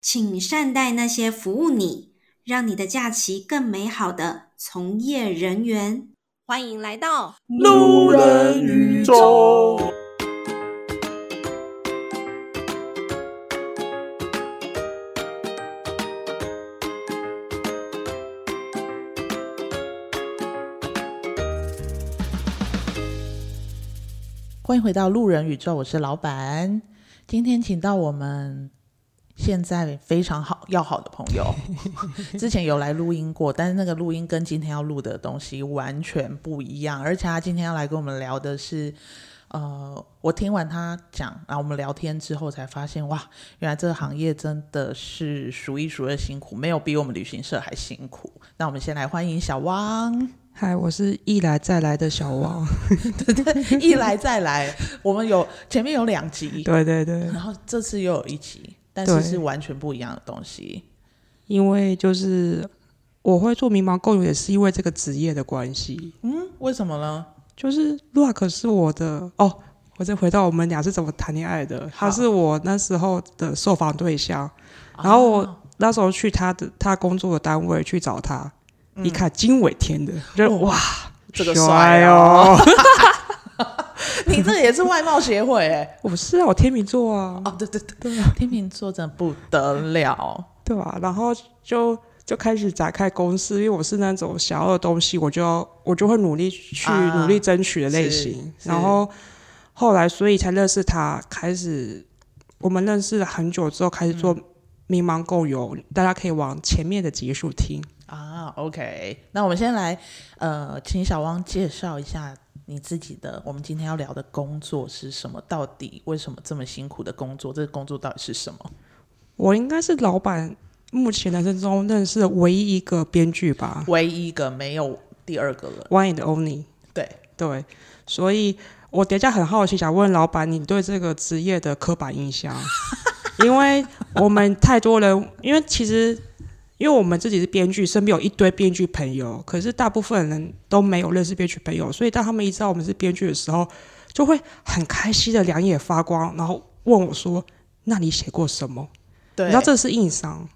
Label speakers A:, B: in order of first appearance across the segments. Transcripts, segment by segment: A: 请善待那些服务你、让你的假期更美好的从业人员。欢迎来到
B: 路人宇宙。
C: 欢迎回到路人宇宙，我是老板。今天请到我们现在非常好要好的朋友， 之前有来录音过，但是那个录音跟今天要录的东西完全不一样，而且他今天要来跟我们聊的是。呃，我听完他讲，然后我们聊天之后才发现，哇，原来这个行业真的是数一数二辛苦，没有比我们旅行社还辛苦。那我们先来欢迎小 汪。
B: 嗨，我是一来再来的小王。
C: 一来再来，我们有前面有两集，
B: 对对对，
C: 然后这次又有一集，但是
B: 对
C: 是完全不一样的东西。
B: 因为就是我会做迷茫共有，也是因为这个职业的关系。
C: 嗯，为什么呢？
B: 就是 Rock 是我的哦，我再回到我们俩是怎么谈恋爱的。
C: 好
B: 他是我那时候的受访对象，然后我
C: 啊
B: 那时候去他的他工作的单位去找他，
C: 嗯
B: 一看惊为天的，就是
C: 哦
B: 哇，
C: 这个
B: 帅
C: 帅
B: 哦！
C: 你这个也是外貌协会哎、
B: 我是啊，我天秤座啊，
C: 哦，对对对，天秤座真的不得了。
B: 对吧、然后就就开始展开攻势，因为我是那种想要的东西，我就要我就会努力去、
C: 啊
B: 努力争取的类型。
C: 是是
B: 然后后来，所以才认识他，开始我们认识了很久之后，开始做
C: 嗯
B: 迷茫共游，大家可以往前面的集数听。
C: 啊，OK，那我们先来，呃，请小汪介绍一下你自己的，我们今天要聊的工作是什么？到底为什么这么辛苦的工作？这个工作到底是什 么？
B: 我应该是老板目前人生中认识的唯一一个编剧吧
C: 唯一一个没有第二个了，
B: ，One and Only。
C: 对，
B: 对，所以我等一下很好奇，想问老板，你对这个职业的刻板印象？因为我们太多人，因为其实因为我们自己是编剧，身边有一堆编剧朋友，可是大部分人都没有认识编剧朋友，所以当他们一知道我们是编剧的时候，就会很开心的两眼发光，然后问我说：“那你写过什么？”
C: 对，
B: 你知道这是硬伤，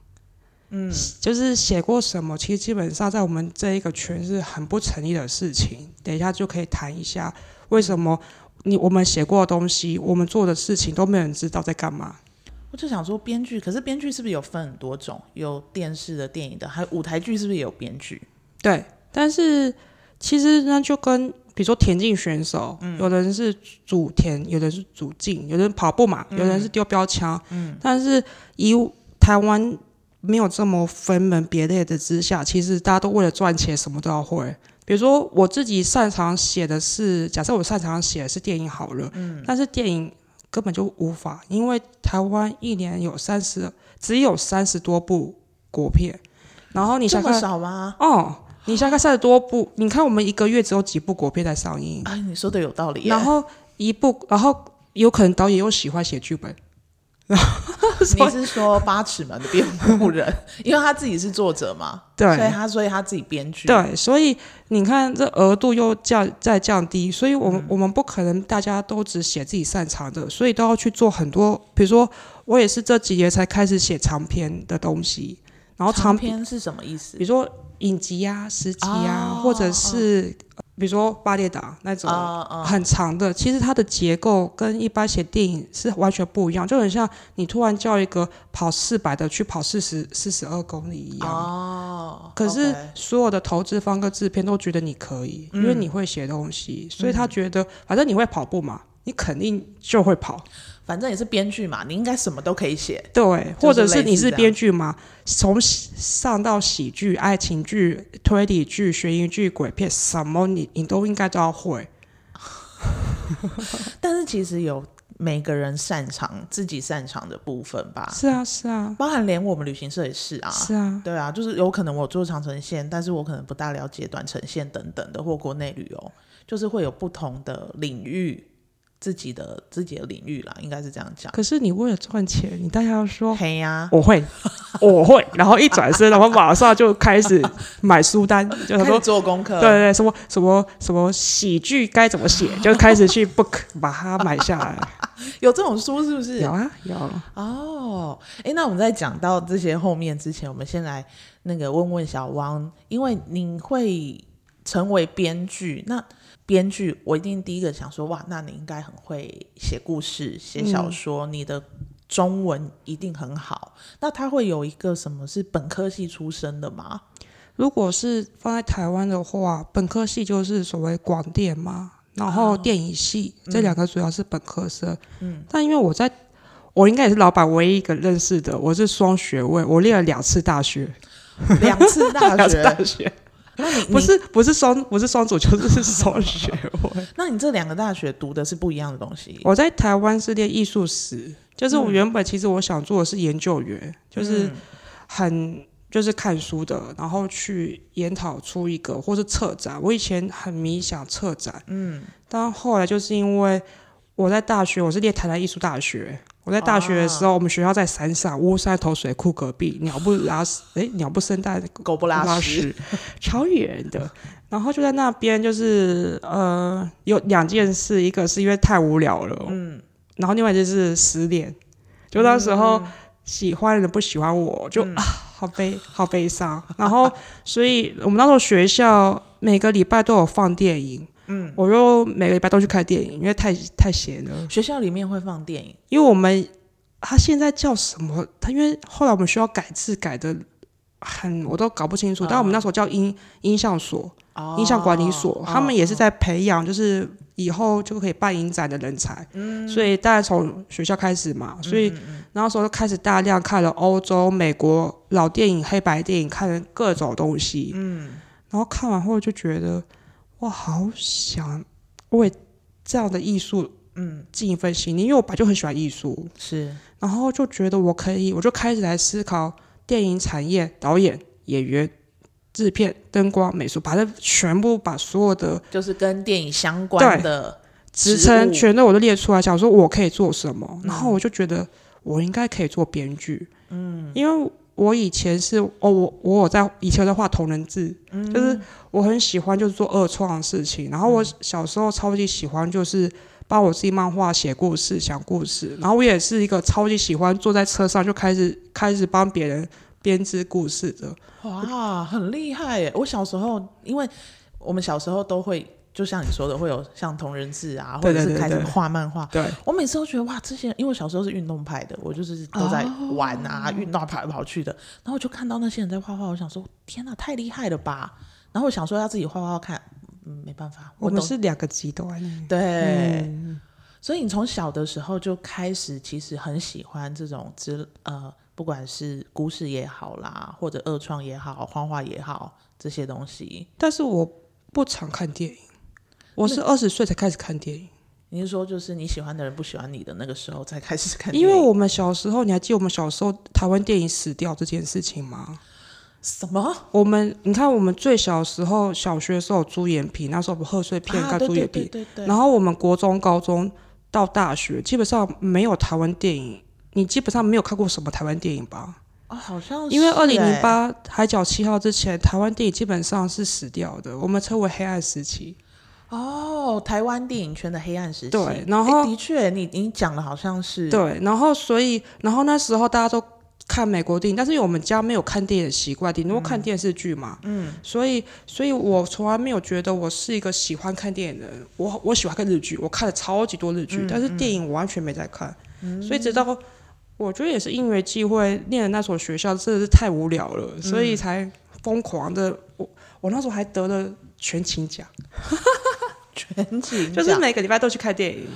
C: 嗯，
B: 就是写过什么，其实基本上在我们这一个圈是很不成立的事情。等一下就可以谈一下为什么你我们写过的东西，我们做的事情都没有人知道在干嘛。
C: 我就想说编剧，可是编剧是不是有分很多种？有电视的、电影的，还有舞台剧是不是也有编剧？
B: 对，但是其实那就跟比如说田径选手，有的人是主田，有的人是主竞，有的人跑步嘛，有的人是丢标枪。嗯，但是以台湾没有这么分门别类的之下，其实大家都为了赚钱什么都要会。比如说我自己擅长写的是，假设我擅长写的是电影好了，嗯，但是电影根本就无法，因为台湾一年有三十，只有三十多部国片，然后你
C: 这
B: 想
C: 么
B: 看
C: 少吗？
B: 哦，你想看三十多部，你看我们一个月只有几部国片在上映，
C: 哎，你说的有道理耶。
B: 然后一部，然后有可能导演又喜欢写剧本，
C: 你是说八尺门的辩护人， 因为他自己是作者嘛，
B: 对
C: 所以他所以他自己编剧，，
B: 对，所以你看这额度又降再降低，所以我
C: 嗯
B: 们、我们不可能大家都只写自己擅长的，所以都要去做很多，比如说我也是这几年才开始写长篇的东西，然后
C: 长
B: 长
C: 篇是什么意思
B: 比？如说影集啊、诗集啊，
C: 哦
B: 或者是、呃比如说八列档那种。
C: 啊啊，
B: 很长的，其实它的结构跟一般写电影是完全不一样，就很像你突然叫一个跑四百的去跑四十四十二公里一样。
C: 哦，
B: 可是
C: OK
B: 所有的投资方跟制片都觉得你可以，因为你会写东西，所以他觉得反正你会跑步嘛，你肯定就会跑。
C: 反正也是编剧嘛，你应该什么都可以写，
B: 对，
C: 就是
B: 或者是你
C: 类似这
B: 是
C: 样
B: 编剧嘛，从喜上到喜剧、爱情剧、推理剧、悬疑剧、鬼片，什么你你都应该都要会。
C: 但是其实有每个人擅长自己擅长的部分吧，
B: 是啊，是啊，
C: 包含连我们旅行社也是啊，
B: 是啊。
C: 对啊，就是有可能我做长程线，但是我可能不大了解短程线等等的，或国内旅游，就是会有不同的领域，自己的自己的领域啦，应该是这样讲。
B: 可是你为了赚钱，你当然要说
C: 嘿呀、
B: 我 会，我会，然后一转身，然后马上就开始买书单，
C: 开
B: 就他
C: 始
B: 说。
C: 做功课，
B: 对对，对， 什么什么什么喜剧该怎么写，就开始去 book 把它买下来。
C: 有这种书是不是？
B: 有啊，有。
C: 哦，哎，那我们在讲到这些后面之前，我们先来那个问问小汪，因为您会成为编剧，那编剧我一定第一个想说，哇，那你应该很会写故事、写小说，你的中文一定很好。那他会有一个什么是本科系出身的吗？
B: 如果是放在台湾的话，本科系就是所谓广电嘛，然后电影系、这两个主要是本科生。嗯，但因为我在，我应该也是老板唯一一个认识的，我是双学位，我念了两次大学，
C: 嗯两次大
B: 两次
C: 学，
B: 大学，
C: 那你
B: 不，是不是双不是双主修，就是双学位
C: 你。那你这两个大学读的是不一样的东西。
B: 我在台湾是念艺术史，就是我原本其实我想做的是研究员，就是很就是看书的，然后去研讨出一个或是策展。我以前很迷想策展，嗯，但后来就是因为我在大学，我是念台南艺术大学。我在大学的时候，我们学校在山上乌山头水库隔壁，鸟不拉屎，哎，鸟不生蛋，
C: 狗不拉屎，
B: 屎， 超远的。然后就在那边，就是呃，有两件事，一个是因为太无聊了，嗯，然后另外就是失恋，就那时候喜欢的人不喜欢我，就、啊，好悲，好悲伤。然后，所以我们那时候学校每个礼拜都有放电影，嗯，我就每个礼拜都去看电影，因为太太闲了。
C: 学校里面会放电影，
B: 因为我们他现在叫什么？他因为后来我们学校改制改的很，我都搞不清楚。但我们那时候叫音音像所、
C: 哦
B: 音像管理所，
C: 哦
B: 他们也是在培养，就是以后就可以办影展的人才。嗯，所以大家从学校开始嘛，所以那时候就开始大量看了欧洲、美国老电影、黑白电影，看了各种东西。嗯，然后看完后就觉得，我好想为这样的艺术
C: 嗯，
B: 尽一份心力，因为我本来就很喜欢艺术，
C: 是
B: 然后就觉得我可以，我就开始来思考电影产业、导演、演员、制片、灯光、美术，把它全部把所有的
C: 就是跟电影相关
B: 对
C: 的
B: 职
C: 职务
B: 称全都我都列出来，想说我可以做什么，然后我就觉得我应该可以做编剧，嗯，因为我以前是哦，我我有在以前有在画同人志，就是我很喜欢就是做二创的事情，然后我小时候超级喜欢就是。帮我自己漫画写故事、讲故事，然后我也是一个超级喜欢坐在车上就开始开始帮别人编织故事的。
C: 哇，很厉害耶！我小时候，因为我们小时候都会，就像你说的，会有像同人志啊，或
B: 对
C: 者
B: 对
C: 是
B: 对
C: 开始
B: 对
C: 画漫画。
B: 对，
C: 我每次都觉得哇，这些人，因为我小时候是运动派的，我就是都在玩
B: 哦
C: 啊，运动啊跑来跑去的。然后我就看到那些人在画画，我想说，天哪，太厉害了吧！然后我想说要自己画画看，嗯，没办法，
B: 我
C: 都
B: 们是两个极端。嗯
C: 对。所以你从小的时候就开始，其实很喜欢这种之呃，不管是故事也好啦，或者二创也好，画画也好，这些东西。
B: 但是我不常看电影，我是二十岁才开始看电影，
C: 你是说，就是你喜欢的人不喜欢你的那个时候才开始看电
B: 因
C: 影？
B: 为我们小时候，你还记得我们小时候台湾电影死掉这件事情吗？
C: 什么
B: 我们你看，我们最小时候小学的时候有朱延平，那时候不贺岁片
C: 啊
B: 看
C: 对
B: 朱
C: 对
B: 延
C: 对
B: 平，
C: 对对，
B: 然后我们国中、高中到大学，基本上没有台湾电影。你基本上没有看过什么台湾电影吧？
C: 哦，好像
B: 因为
C: 是
B: 二零零
C: 欸
B: 八《海角七号》之前，台湾电影基本上是死掉的，我们称为黑暗时期。
C: 哦，台湾电影圈的黑暗时期。
B: 对然
C: 诶
B: 后
C: 的确，你你讲的好像是
B: 对，然后所以，然后那时候大家都看美国电影，但是因为我们家没有看电影的习惯，顶多看电视剧嘛。嗯，所以，所以我从来没有觉得我是一个喜欢看电影的人。我我喜欢看日剧，我看了超级多日剧，但是电影我完全没在看。所以直到我觉得也是因为机会，念的那所学校真的是太无聊了，所以才疯狂的。我我那时候还得了全勤奖，
C: 全景
B: 就是
C: 讲
B: 每个礼拜都去看电影。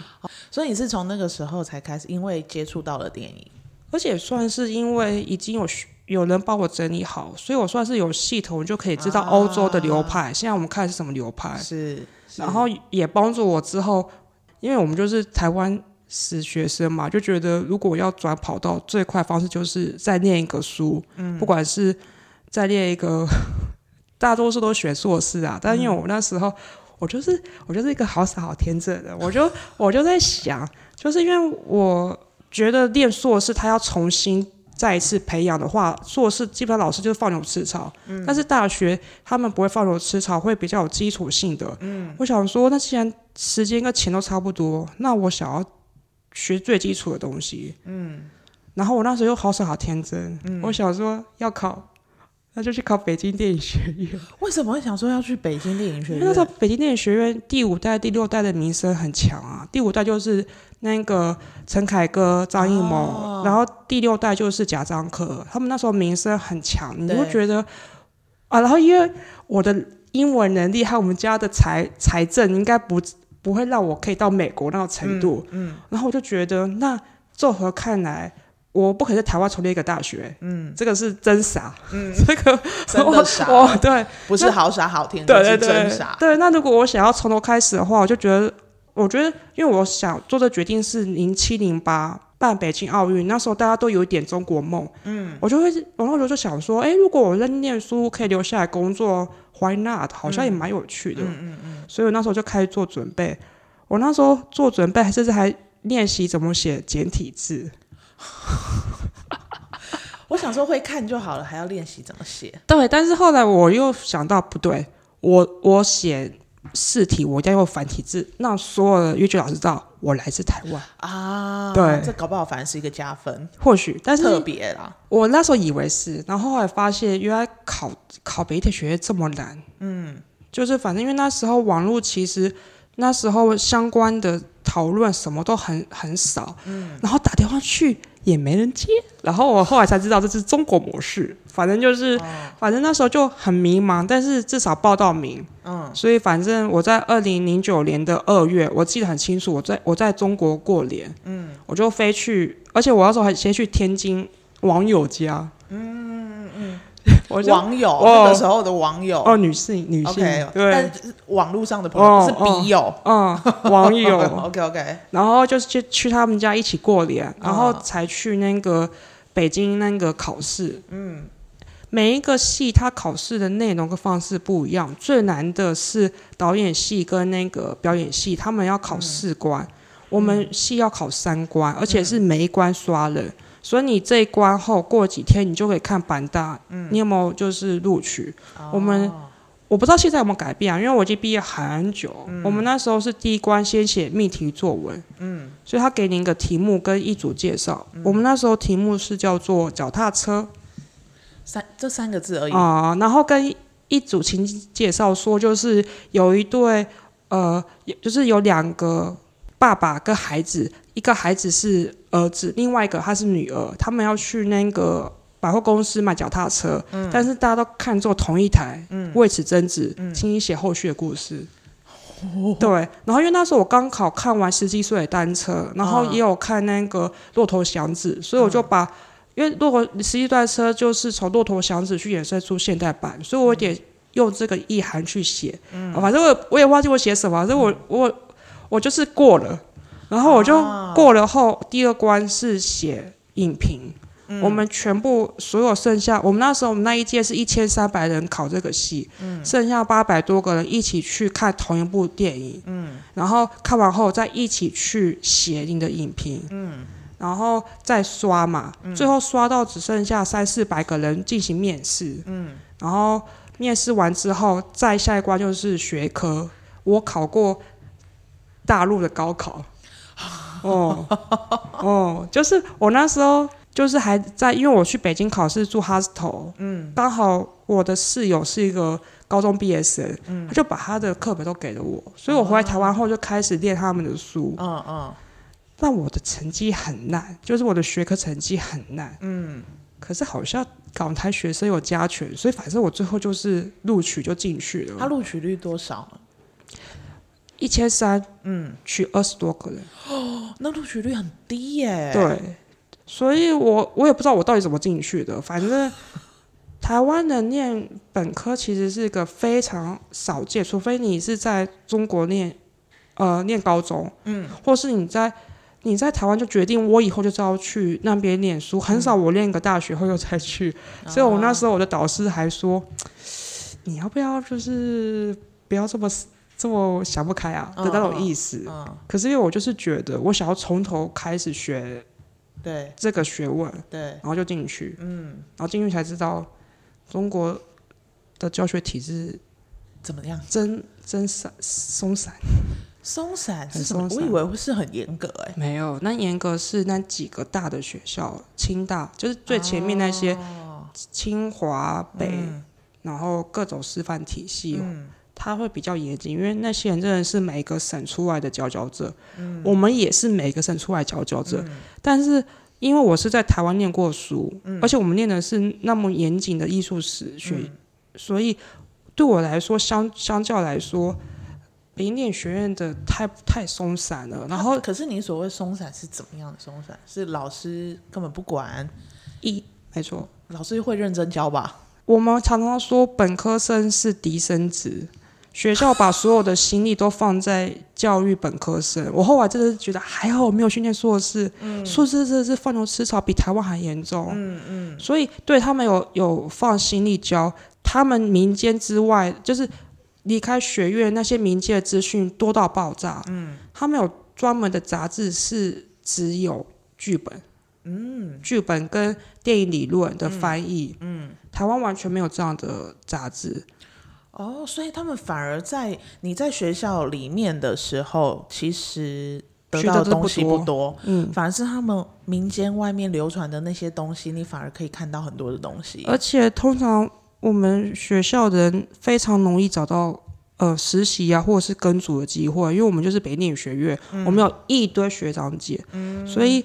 C: 所以你是从那个时候才开始，因为接触到了电影。
B: 而且算是因为已经有学有人帮我整理好，所以我算是有系统就可以知道欧洲的流派。现在我们看是什么流派，
C: 是，是
B: 哎然后也帮助我之后，因为我们就是台湾死学生嘛，就觉得如果要转跑道，最快方式就是再念一个书，不管是再念一个， 大多数都选硕士啊。但因为我那时候，我就是我就是一个好傻好天真的，我就我就在想，就是因为我觉得念硕士他要重新。再一次培养的话，硕士基本上老师就是放牛吃草，但是大学他们不会放牛吃草，会比较有基础性的，我想说，那既然时间跟钱都差不多，那我想要学最基础的东西。嗯，然后我那时候又好傻好天真，我想说要考，那就去考北京电影学院。
C: 为什么会想说要去北京电影学
B: 因为那时候
C: 院？
B: 北京电影学院第五代、第六代的名声很强啊。第五代就是那个陈凯歌、张艺谋，
C: 哦
B: 然后第六代就是贾樟柯，他们那时候名声很强，你会
C: 对
B: 觉得啊。然后因为我的英文能力还有我们家的财财政应该不不会让我可以到美国那种程度，嗯，然后我就觉得那综合看来。我不可以在台湾重立一个大学，嗯，这个是真傻，嗯，这个
C: 真的傻
B: 我我对，
C: 不是好傻好天真，
B: 对对
C: 是真
B: 对
C: 傻。
B: 对，那如果我想要从头开始的话，我就觉得，我觉得，因为我想做这决定是零七零八办北京奥运，那时候大家都有一点中国梦，嗯，我就会，我那时候就想说，哎，如果我在念书可以留下来工作，Why not？好像也蛮有趣的，嗯嗯嗯，所以我那时候就开始做准备，我那时候做准备，甚至还练习怎么写简体字。
C: 我想说会看就好了，还要练习怎么写。
B: 对，但是后来我又想到不对，我我写试题，我一定要用繁体字，让所有的阅卷老师知道我来自台湾。
C: 啊，
B: 对
C: 这搞不好反而是一个加分，
B: 或许，但
C: 特
B: 是
C: 别啦。
B: 我那时候以为是，然后后来发现原来考考北电学院这么难。嗯，就是反正因为那时候网络其实那时候相关的讨论什么都很很少，嗯，然后打电话去也没人接，然后我后来才知道这是中国模式，反正就是、反正那时候就很迷茫，但是至少报到名，嗯，所以反正我在二零零九年的二月，我记得很清楚，我在我在中国过年，嗯，我就飞去，而且我那时候还先去天津网友家，嗯嗯嗯， 我就
C: 网友、
B: 哦
C: 那个时候的网友、
B: 哦女性女
C: o
B: 性
C: k
B: 对，
C: 但是网络上的朋友、
B: 哦
C: 是笔友，
B: 嗯，
C: 哦
B: 网友。
C: ，OK OK，
B: 然后就是去去他们家一起过年，然后
C: 哦
B: 才去那个北京那个考试。嗯，每一个系它考试的内容跟方式不一样，最难的是导演系跟那个表演系，他们要考四关，我们系要考三关，而且是每一关刷人。所以你这一关后过几天，你就可以看板大，你有没有就是录取？我们我不知道现在有没有改变啊，因为我已经毕业很久。我们那时候是第一关先写命题作文，嗯，所以他给你一个题目跟一组介绍。我们那时候题目是叫做脚踏车
C: 三这三个字而已。
B: 啊、然后跟一一组情景介绍说，就是有一对呃，就是有两个爸爸跟孩子，一个孩子是儿子，另外一个他是女儿，他们要去那个百货公司买脚踏车，
C: 嗯
B: 但是大家都看作同一台，为此争执，
C: 嗯
B: 请你写后续的故事。
C: 哦
B: 对，然后因为那时候我刚考看完《十七岁的单车》，然
C: 啊
B: 后也有看那个《骆驼祥子》，所以我就
C: 嗯
B: 把、因为骆驼《十七岁的单车》就是从《骆驼祥子》去衍生出现代版，所以我有点用这个意涵去写。嗯、反正我也我也忘记我写什么，反正我、我我就是过了，然后我就过了后，第二关是写影评。我们全部所有剩下，我们那时候我们那一届是一千三百人考这个戏，剩下八百多个人一起去看同一部电影，然后看完后再一起去写你的影评，然后再刷嘛，最后刷到只剩下三四百个人进行面试，然后面试完之后，再下一关就是学科。我考过大陆的高考， 哦哦，就是我那时候就是还在，因为我去北京考试住 hostel，嗯，刚好我的室友是一个高中毕业生，嗯，他就把他的课本都给了我，所以我回来台湾后就开始练他们的书，
C: 哦嗯嗯，
B: 但我的成绩很烂，就是我的学科成绩很烂。嗯，可是好像港台学生有加权，所以反正我最后就是录取就进去
C: 他
B: 了，
C: 录取率多少？
B: 一千三
C: 嗯，
B: 取二十多个人，
C: 那录取率很低耶。，
B: 对，所以我我也不知道我到底怎么进去的，反正。台湾的念本科其实是一个非常少见，除非你是在中国念，呃，念高中，嗯，或是你在你在台湾就决定我以后就是要去那边念书，很少我念个大学后又再去，所以我那时候我的导师还说，你要不要就是不要这么这么想不开啊的那种意思。可是因为我就是觉得我想要从头开始学
C: 对
B: 这个学问，
C: 对，
B: 然后就进去，嗯，然后进去才知道中国的教学体制
C: 怎么样？
B: 真真散松散，
C: 松散是
B: 很
C: 什么？
B: 松
C: 我以
B: 散
C: 为是很严格哎、
B: 没有，那严格是那几个大的学校，清大就是最前面那些，清华北，然后各种师范体系，哦它会比较严谨，因为那些人真的是每个省出来的佼佼者，我们也是每个省出来的佼佼者，但是。因为我是在台湾念过书，而且我们念的是那么严谨的艺术史学，所以对我来说，相相较来说，林念学院的太太松散了。然后
C: 可是你所谓松散是怎么样的松散？是老师根本不管，
B: 一没错，
C: 老师会认真教吧？
B: 我们常常说本科生是低生值，学校把所有的心力都放在教育本科生。我后来真的是觉得还好，我没有去念硕士，硕士真的是放牛吃草，比台湾还严重。嗯嗯，所以对他们有有放心力教，他们民间之外就是。离开学院，那些民间的资讯多到爆炸。嗯，他们有专门的杂志是只有剧本，嗯，剧本跟电影理论的翻译。台湾完全没有这样的杂志，
C: 哦，所以他们反而在你在学校里面的时候，其实得
B: 学的
C: 到的
B: 都不
C: 东西
B: 多
C: 不多，
B: 嗯，
C: 反而是他们民间外面流传的那些东西，你反而可以看到很多的东西。
B: 而且通常我们学校的人非常容易找到呃实习啊，或者是跟组的机会，因为我们就是北电影学院，我们有一堆学长姐，所以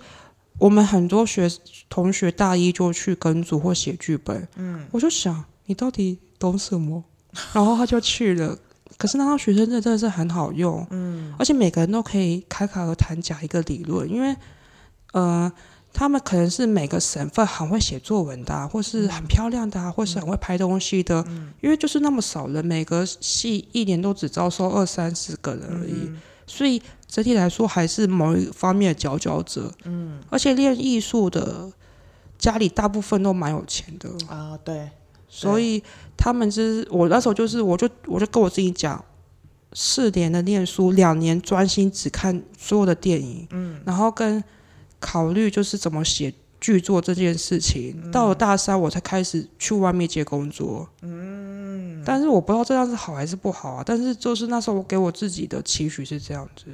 B: 我们很多学同学大一就去跟组或写剧本，嗯，我就想你到底懂什么，然后他就去 了。可是那套学生证真的是很好用，嗯，而且每个人都可以侃侃而谈讲一个理论，因为，呃，他们可能是每个省份很会写作文的啊、或是很漂亮的、啊，或是很会拍东西的，因为就是那么少人，每个系一年都只招收二三十个人而已，所以整体来说还是某一方面的佼佼者，嗯，而且练艺术的家里大部分都蛮有钱的，
C: 啊，对，
B: 所以他们就是我那时候就是我就我就跟我自己讲，四年的念书，两年专心只看所有的电影，嗯，然后跟考虑就是怎么写剧作这件事情。
C: 嗯
B: 到了大三，我才开始去外面接工作，嗯，但是我不知道这样是好还是不好啊。但是就是那时候我给我自己的期许是这样子，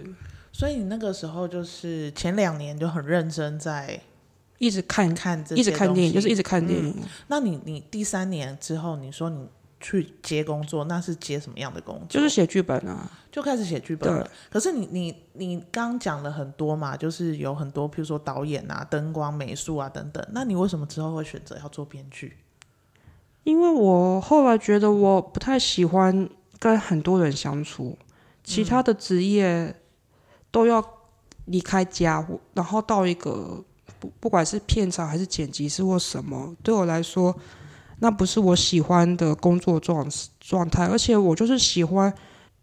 C: 所以你那个时候就是前两年就很认真在
B: 一直看
C: 看这些
B: 一直看电影，
C: 东
B: 就
C: 西嗯
B: 是一直看电影。
C: 那你你第三年之后，你说你去接工作，那是接什么样的工作？
B: 就是写剧本啊，
C: 就开始写剧本了。可是你你你刚讲了很多嘛，就是有很多，譬如说导演啊、灯光、美术啊等等。那你为什么之后会选择要做编剧？
B: 因为我后来觉得我不太喜欢跟很多人相处，其他的职业都要离开家，我然后到一个不不管是片场还是剪辑师或什么，对我来说，那不是我喜欢的工作状状态，而且我就是喜欢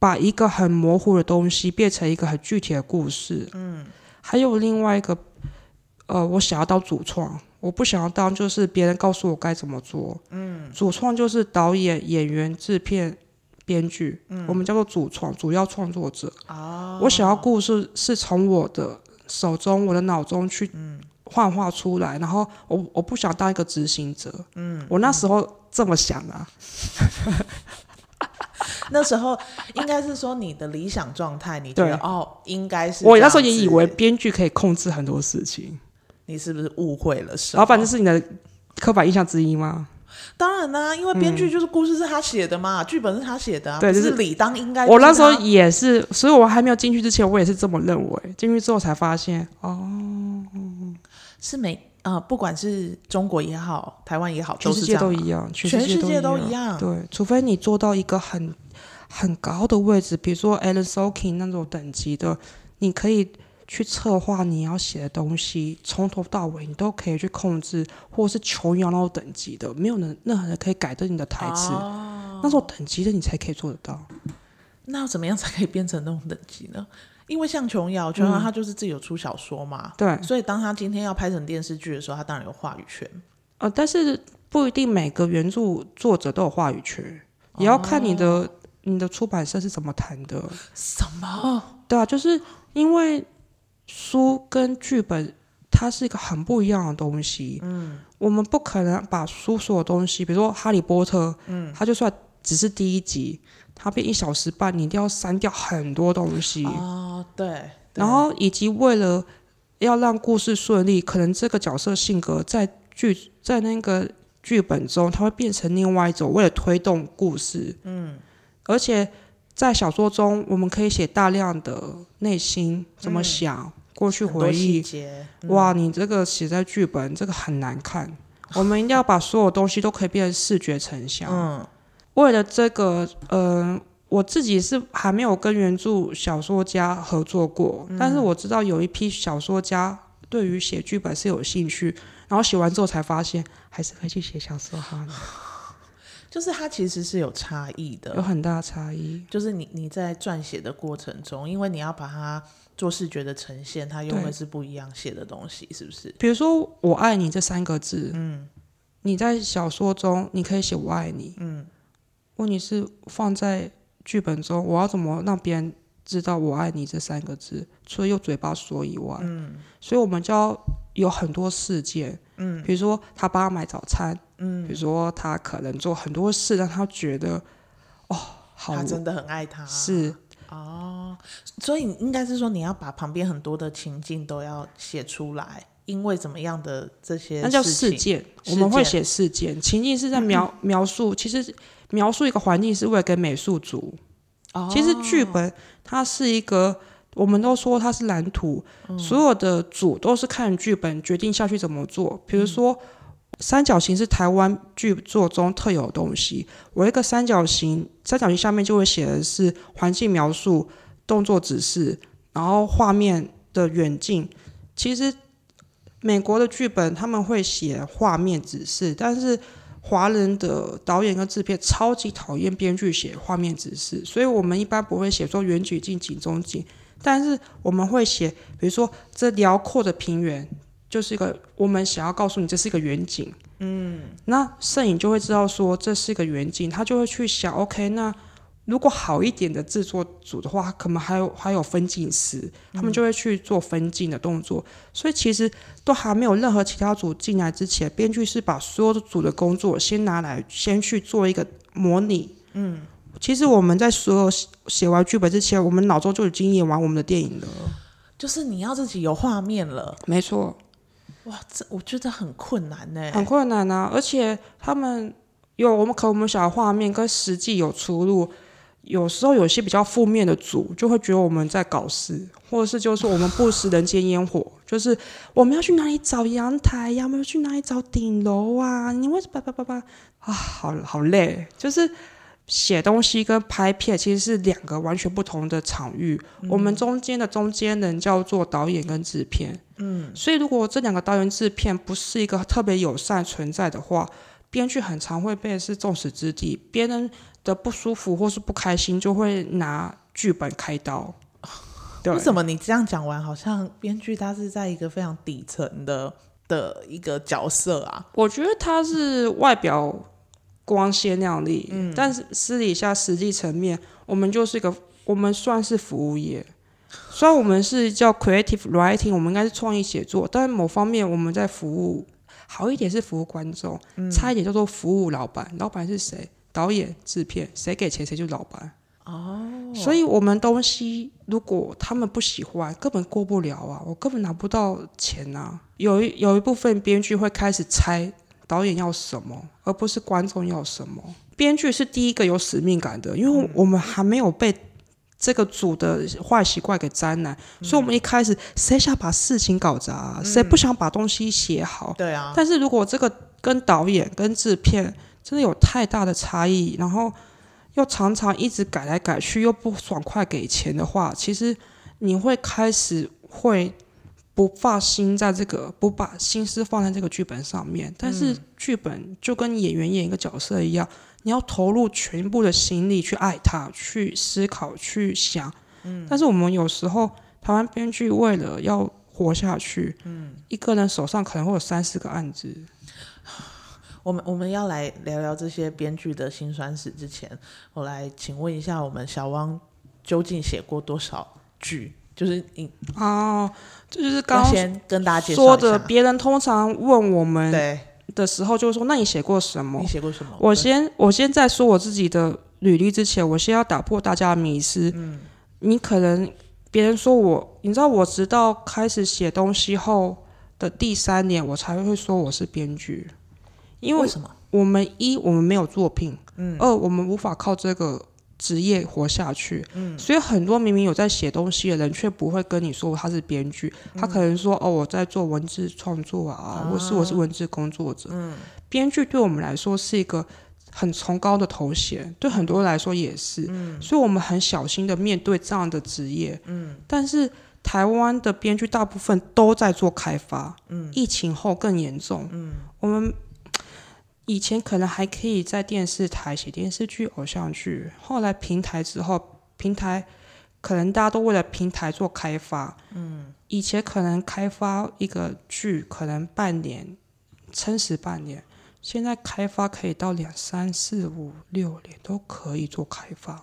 B: 把一个很模糊的东西变成一个很具体的故事。嗯，还有另外一个，呃，我想要当主创，我不想要当就是别人告诉我该怎么做。主创就是导演、演员、制片、编剧，
C: 嗯
B: 我们叫做主创，主要创作者。哦，我想要故事是从我的手中、我的脑中去
C: 嗯
B: 幻化出来，然后我我不想当一个执行者。嗯，我那时候这么想啊，
C: 那时候应该是说你的理想状态，你觉得哦，应该是
B: 我
C: 这
B: 那
C: 样
B: 时候也以
C: 子
B: 为编剧可以控制很多事情。
C: 你是不是误会了什么？
B: 老板，这是你的刻板印象之一吗？
C: 当然啦、因为编剧就是故事是他写的嘛，剧本是他写的、啊，
B: 嗯对
C: 不
B: 就是
C: 是理当应该就是
B: 我
C: 他。
B: 那时候也是，所以我还没有进去之前，我也是这么认为。进去之后才发现，
C: 是每啊、不管是中国也好，台湾也好，
B: 全
C: 是这
B: 世界
C: 样
B: 都
C: 嘛。
B: 一样，全
C: 全世
B: 世
C: 界
B: 界
C: 都
B: 都
C: 一样
B: 对，除非你做到一个很很高的位置，比如说 Alan Sorkin 那种等级的，你可以去策划你要写的东西，从头到尾你都可以去控制，或者是琼瑶那种等级的，没有人任何人可以改变你的台词。那种等级的你才可以做得到，
C: 那要怎么样才可以变成那种等级呢？因为像琼
B: 嗯
C: 瑶，琼瑶她就是自己有出小说嘛，
B: 对，
C: 所以当她今天要拍成电视剧的时候，她当然有话语权。
B: 呃，但是不一定每个原著作者都有话语权，也要看你的、你的出版社是怎么谈的。
C: 什么？
B: 对啊，就是因为书跟剧本它是一个很不一样的东西。嗯，我们不可能把书所有东西，比如说《哈利波特》，嗯，它就算只是第一集，它变一小时半，你一定要删掉很多东西。
C: 哦，对，
B: 然后以及为了要让故事顺利，可能这个角色性格在剧在那个剧本中，它会变成另外一种，为了推动故事。嗯，而且在小说中，我们可以写大量的内心怎么想、过去
C: 去
B: 回忆
C: 嗯细，节，
B: 哇，你这个写在剧本，这个很难看。我们一定要把所有东西都可以变成视觉成像。
C: 嗯，
B: 为了这个，嗯、我自己是还没有跟原著小说家合作过，但是我知道有一批小说家对于写剧本是有兴趣，然后写完之后才发现还是可以去写小说哈，
C: 就是它其实是有差异
B: 有
C: 的，
B: 很大差异。
C: 就是你你在撰写的过程中，因为你要把它做视觉的呈现，它又
B: 对
C: 会是不一样写的东西，是不是？
B: 比如说“我爱你”这三个字，嗯，你在小说中你可以写“我爱你”，嗯，问题是放在剧本中，我要怎么让别人知道“我爱你”这三个字？除了用嘴巴说以外，嗯，所以我们就要有很多事件，嗯，比如说他帮他买早餐，嗯，比如说他可能做很多事让他觉得哦，好
C: 他，真的很爱
B: 啊
C: 他，
B: 是
C: 哦，所以应该是说你要把旁边很多的情境都要写出来，因为怎么样的这些
B: 那叫
C: 事
B: 事
C: 情
B: 件，我
C: 事
B: 们会
C: 件
B: 写事件，情境是在描、 描述，其实描述一个环境是为了给美术组。
C: 哦
B: 其实剧本它是一个，我们都说它是蓝图，所有的组都是看剧本决定下去怎么做。比如说，三角形是台湾剧作中特有的东西，我一个三角形，三角形下面就会写的是环境描述、动作指示，然后画面的远近。其实美国的剧本他们会写画面指示，但是华人的导演跟制片超级讨厌编剧写画面指示，所以我们一般不会写说远景近景中景，但是我们会写，比如说这辽阔的平原就是一个我们想要告诉你这是一个远景，嗯，那摄影就会知道说这是一个远景，他就会去想，OK，那。如果好一点的制作组的话，可能还有还有分镜师，他们就会去做分镜的动作。所以其实都还没有任何其他组进来之前，编剧是把所有的组的工作先拿来，先去做一个模拟。嗯，其实我们在所有写写完剧本之前，我们脑中就已经演完我们的电影了。
C: 就是你要自己有画面了，
B: 没错，
C: 哇，这我觉得很困难呢、
B: 很困难啊！而且他们有我们可我们想要画面跟实际有出入，有时候有些比较负面的组就会觉得我们在搞事，或者是就是我们不食人间烟火，就是我们要去哪里找阳台呀、我们要去哪里找顶楼啊？你为什么叭叭叭叭啊？好好累，就是。写东西跟拍片其实是两个完全不同的场域，我们中间的中间人叫做导演跟制片，所以，如果这两个导演制片不是一个特别友善存在的话，编剧很常会被是众矢之的，别人的不舒服或是不开心就会拿剧本开刀。对
C: 为，什么你这样讲完，好像编剧他是在一个非常底层的的一个角色啊？
B: 我觉得他是外表光鲜亮丽，但是私底下实际层面，我们就是一个，我们算是服务业。虽然我们是叫 creative writing，我们应该是创意写作，但某方面我们在服务，好一点是服务观众，差一点叫做服务老板。老板是谁？导演、制片，谁给钱谁就是老板。哦，所以我们东西如果他们不喜欢，根本过不了啊，我根本拿不到钱啊。有一有一部分编剧会开始猜导演要什么，而不是观众要什么。编剧是第一个有使命感的，因为我们还没有被这个组的坏习惯给沾染，所以我们一开始谁想把事情搞砸啊、谁不想把东西写好？
C: 对啊，
B: 但是如果这个跟导演跟制片真的有太大的差异，然后又常常一直改来改去，又不爽快给钱的话，其实你会开始会不放心在这个，不把心思放在这个剧本上面。但是剧本就跟演员演一个角色一样，你要投入全部的心力去爱他，去思考，去想。嗯，但是我们有时候台湾编剧为了要活下去，嗯，一个人手上可能会有三四个案子，
C: 我们我们要来聊聊这些编剧的辛酸史之前，我来请问一下，我们小汪究竟写过多少剧？就是你
B: 哦，这就是刚
C: 要
B: 刚
C: 先跟大家介
B: 说
C: 绍一
B: 的，
C: 下，
B: 别人通常问我们
C: 对，
B: 的时候，就会说：“那你写过什么
C: 你？”写过什么？
B: 我
C: 对
B: 先我先在说我自己的履历之前，我先要打破大家的迷思。嗯，你可能别人说我，你知道，我直到开始写东西后的第三年，我才会说我是编剧，因
C: 为
B: 为
C: 什么？
B: 我们一我们没有作品，嗯，二我们无法靠这个。职业活下去，嗯，所以很多明明有在写东西的人，却不会跟你说他是编剧，他可能说哦，我在做文字创作啊，或是我是文字工作者，编剧对我们来说是一个很崇高的头衔，对很多人来说也是，所以我们很小心的面对这样的职业，嗯，但是台湾的编剧大部分都在做开发，嗯，疫情后更严重，嗯，我们。以前可能还可以在电视台写电视剧、偶像剧，后来平台之后，平台可能大家都为了平台做开发，嗯，以前可能开发一个剧可能半年，撑死半年，现在开发可以到两三四五六年都可以做开发，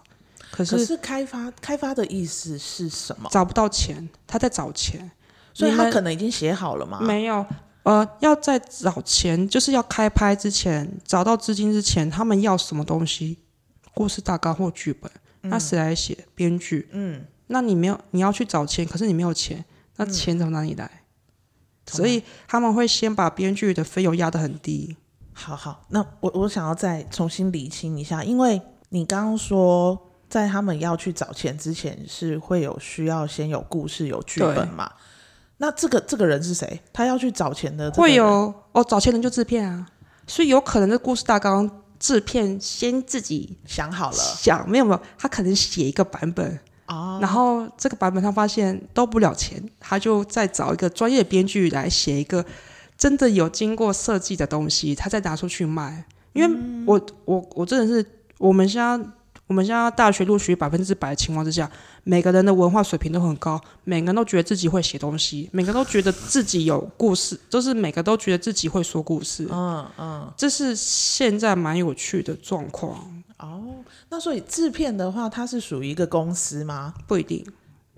C: 可
B: 可是
C: 是开发开发的意思是什么？
B: 找不到钱，他在找钱，
C: 所以
B: 你
C: 他
B: 们
C: 可能已经写好了嘛？
B: 没有。呃，要在找钱，就是要开拍之前找到资金之前，他们要什么东西？故事大纲或剧本，那谁来写？编剧。
C: 嗯，
B: 那你没有，你要去找钱，可是你没有钱，那钱从哪里来？所以他们会先把编剧的费用压得很低。
C: 好好，那我我想要再重新理清一下，因为你刚刚说在他们要去找钱之前是会有需要先有故事有剧本嘛？那这个这个人是谁？他要去找钱的这个
B: 会
C: 人
B: 有哦，找钱人就制片啊，所以有可能这故事大纲制片先自己
C: 想好了
B: 想，没有没有，他可能写一个版本，
C: 哦，
B: 然后这个版本他发现兜不了钱，他就再找一个专业编剧来写一个真的有经过设计的东西，他再拿出去卖。因
C: 嗯
B: 为我、我我真的是我们现在我们现在大学录取百分之百的情况之下，每个人的文化水平都很高，每个人都觉得自己会写东西，每个人都觉得自己有故事，就是每个都觉得自己会说故事。
C: 嗯嗯
B: 这是现在蛮有趣的状况，
C: 哦，那所以制片的话，他是属于一个公司吗？
B: 不一定。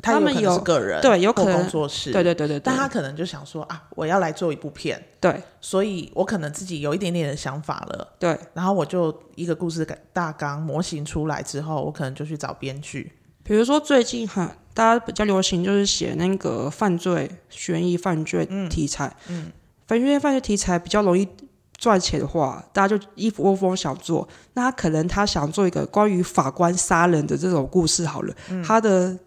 C: 他
B: 他们
C: 可能是
B: 有
C: 个人，
B: 对有可能
C: 工作室，
B: 对对对对对，
C: 但他可能就想说啊，我要来做一部片，
B: 对
C: 所以我可能自己有一点点的想法了。
B: 对
C: 然后我就一个故事改大纲模型出来之后，我可能就去找编剧。
B: 比如说最近很大家比较流行就是写那个犯罪悬疑犯罪题材，嗯，犯罪犯罪题材比较容易赚钱的话，大家就一窝蜂想做。那他可能他想做一个关于法官杀人的这种故事好了，他的。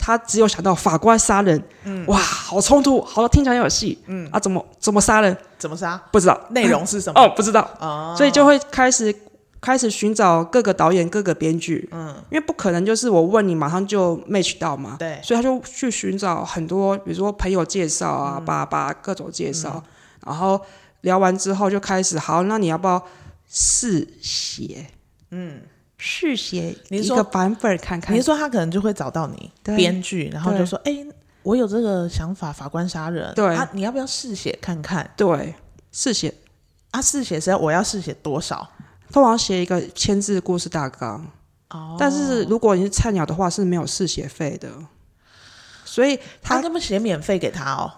B: 他只有想到法官杀人，哇，好冲突，好听起来很有戏，嗯啊，怎么怎么杀人
C: 怎么 杀？
B: 不知道，
C: 内容是什么？
B: 哦，不知道，所以就会开始开始寻找各个导演、各个编剧，嗯，因为不可能就是我问你马上就 match 到嘛，
C: 对
B: 所以他就去寻找很多，比如说朋友介绍
C: 嗯
B: 啊、爸爸各种介绍，然后聊完之后就开始，好，那你要不要试写？嗯，试写
C: 你
B: 一
C: 说
B: 个版本看看
C: 你是，说他可能就会找到你
B: 对
C: 编剧，然后
B: 对
C: 就说：“哎，我有这个想法，法官杀人，
B: 对
C: 啊，你要不要试写看看？
B: 对，试写，
C: 啊，试写是要我要试写多少？
B: 通常写一个千字故事大纲。
C: 哦，
B: 但是如果你是菜鸟的话，是没有试写费的。所以
C: 他
B: 他，
C: 根本写免费给他哦。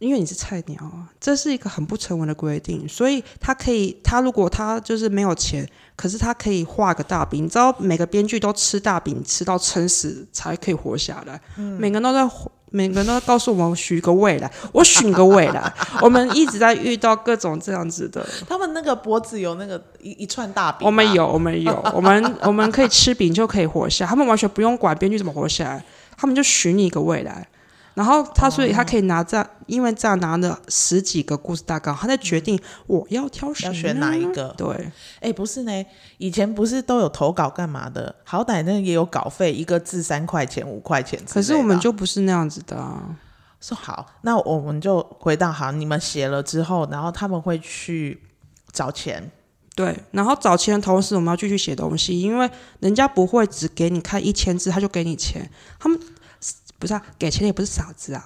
B: 因为你是菜鸟啊，这是一个很不成文的规定，所以他可以，他如果他就是没有钱，可是他可以画个大饼。你知道每个编剧都吃大饼吃到撑死才可以活下来，每个人都在活。每个人都在告诉我们许个未来，我许个未来。我们一直在遇到各种这样子的，
C: 他们那个脖子有那个一一串大饼，
B: 我们，有，我 们有，我们我们可以吃饼就可以活下，他们完全不用管编剧怎么活下来，他们就许你一个未来。然后他，所以他可以拿这样，因为这样拿了十几个故事大纲，他在决定我要挑
C: 嗯
B: 谁
C: 要
B: 呢，
C: 选哪一个？
B: 对，
C: 哎，不是呢，以前不是都有投稿干嘛的？好歹那也有稿费，一个字三块钱、五块钱之类的啊。
B: 可是我们就不是那样子的、啊，
C: 说好，那我们就回到好，你们写了之后，然后他们会去找钱，
B: 对。然后找钱的同时，我们要继续写东西，因为人家不会只给你看一千字，他就给你钱，他们不是啊，给钱的也不是傻子 啊，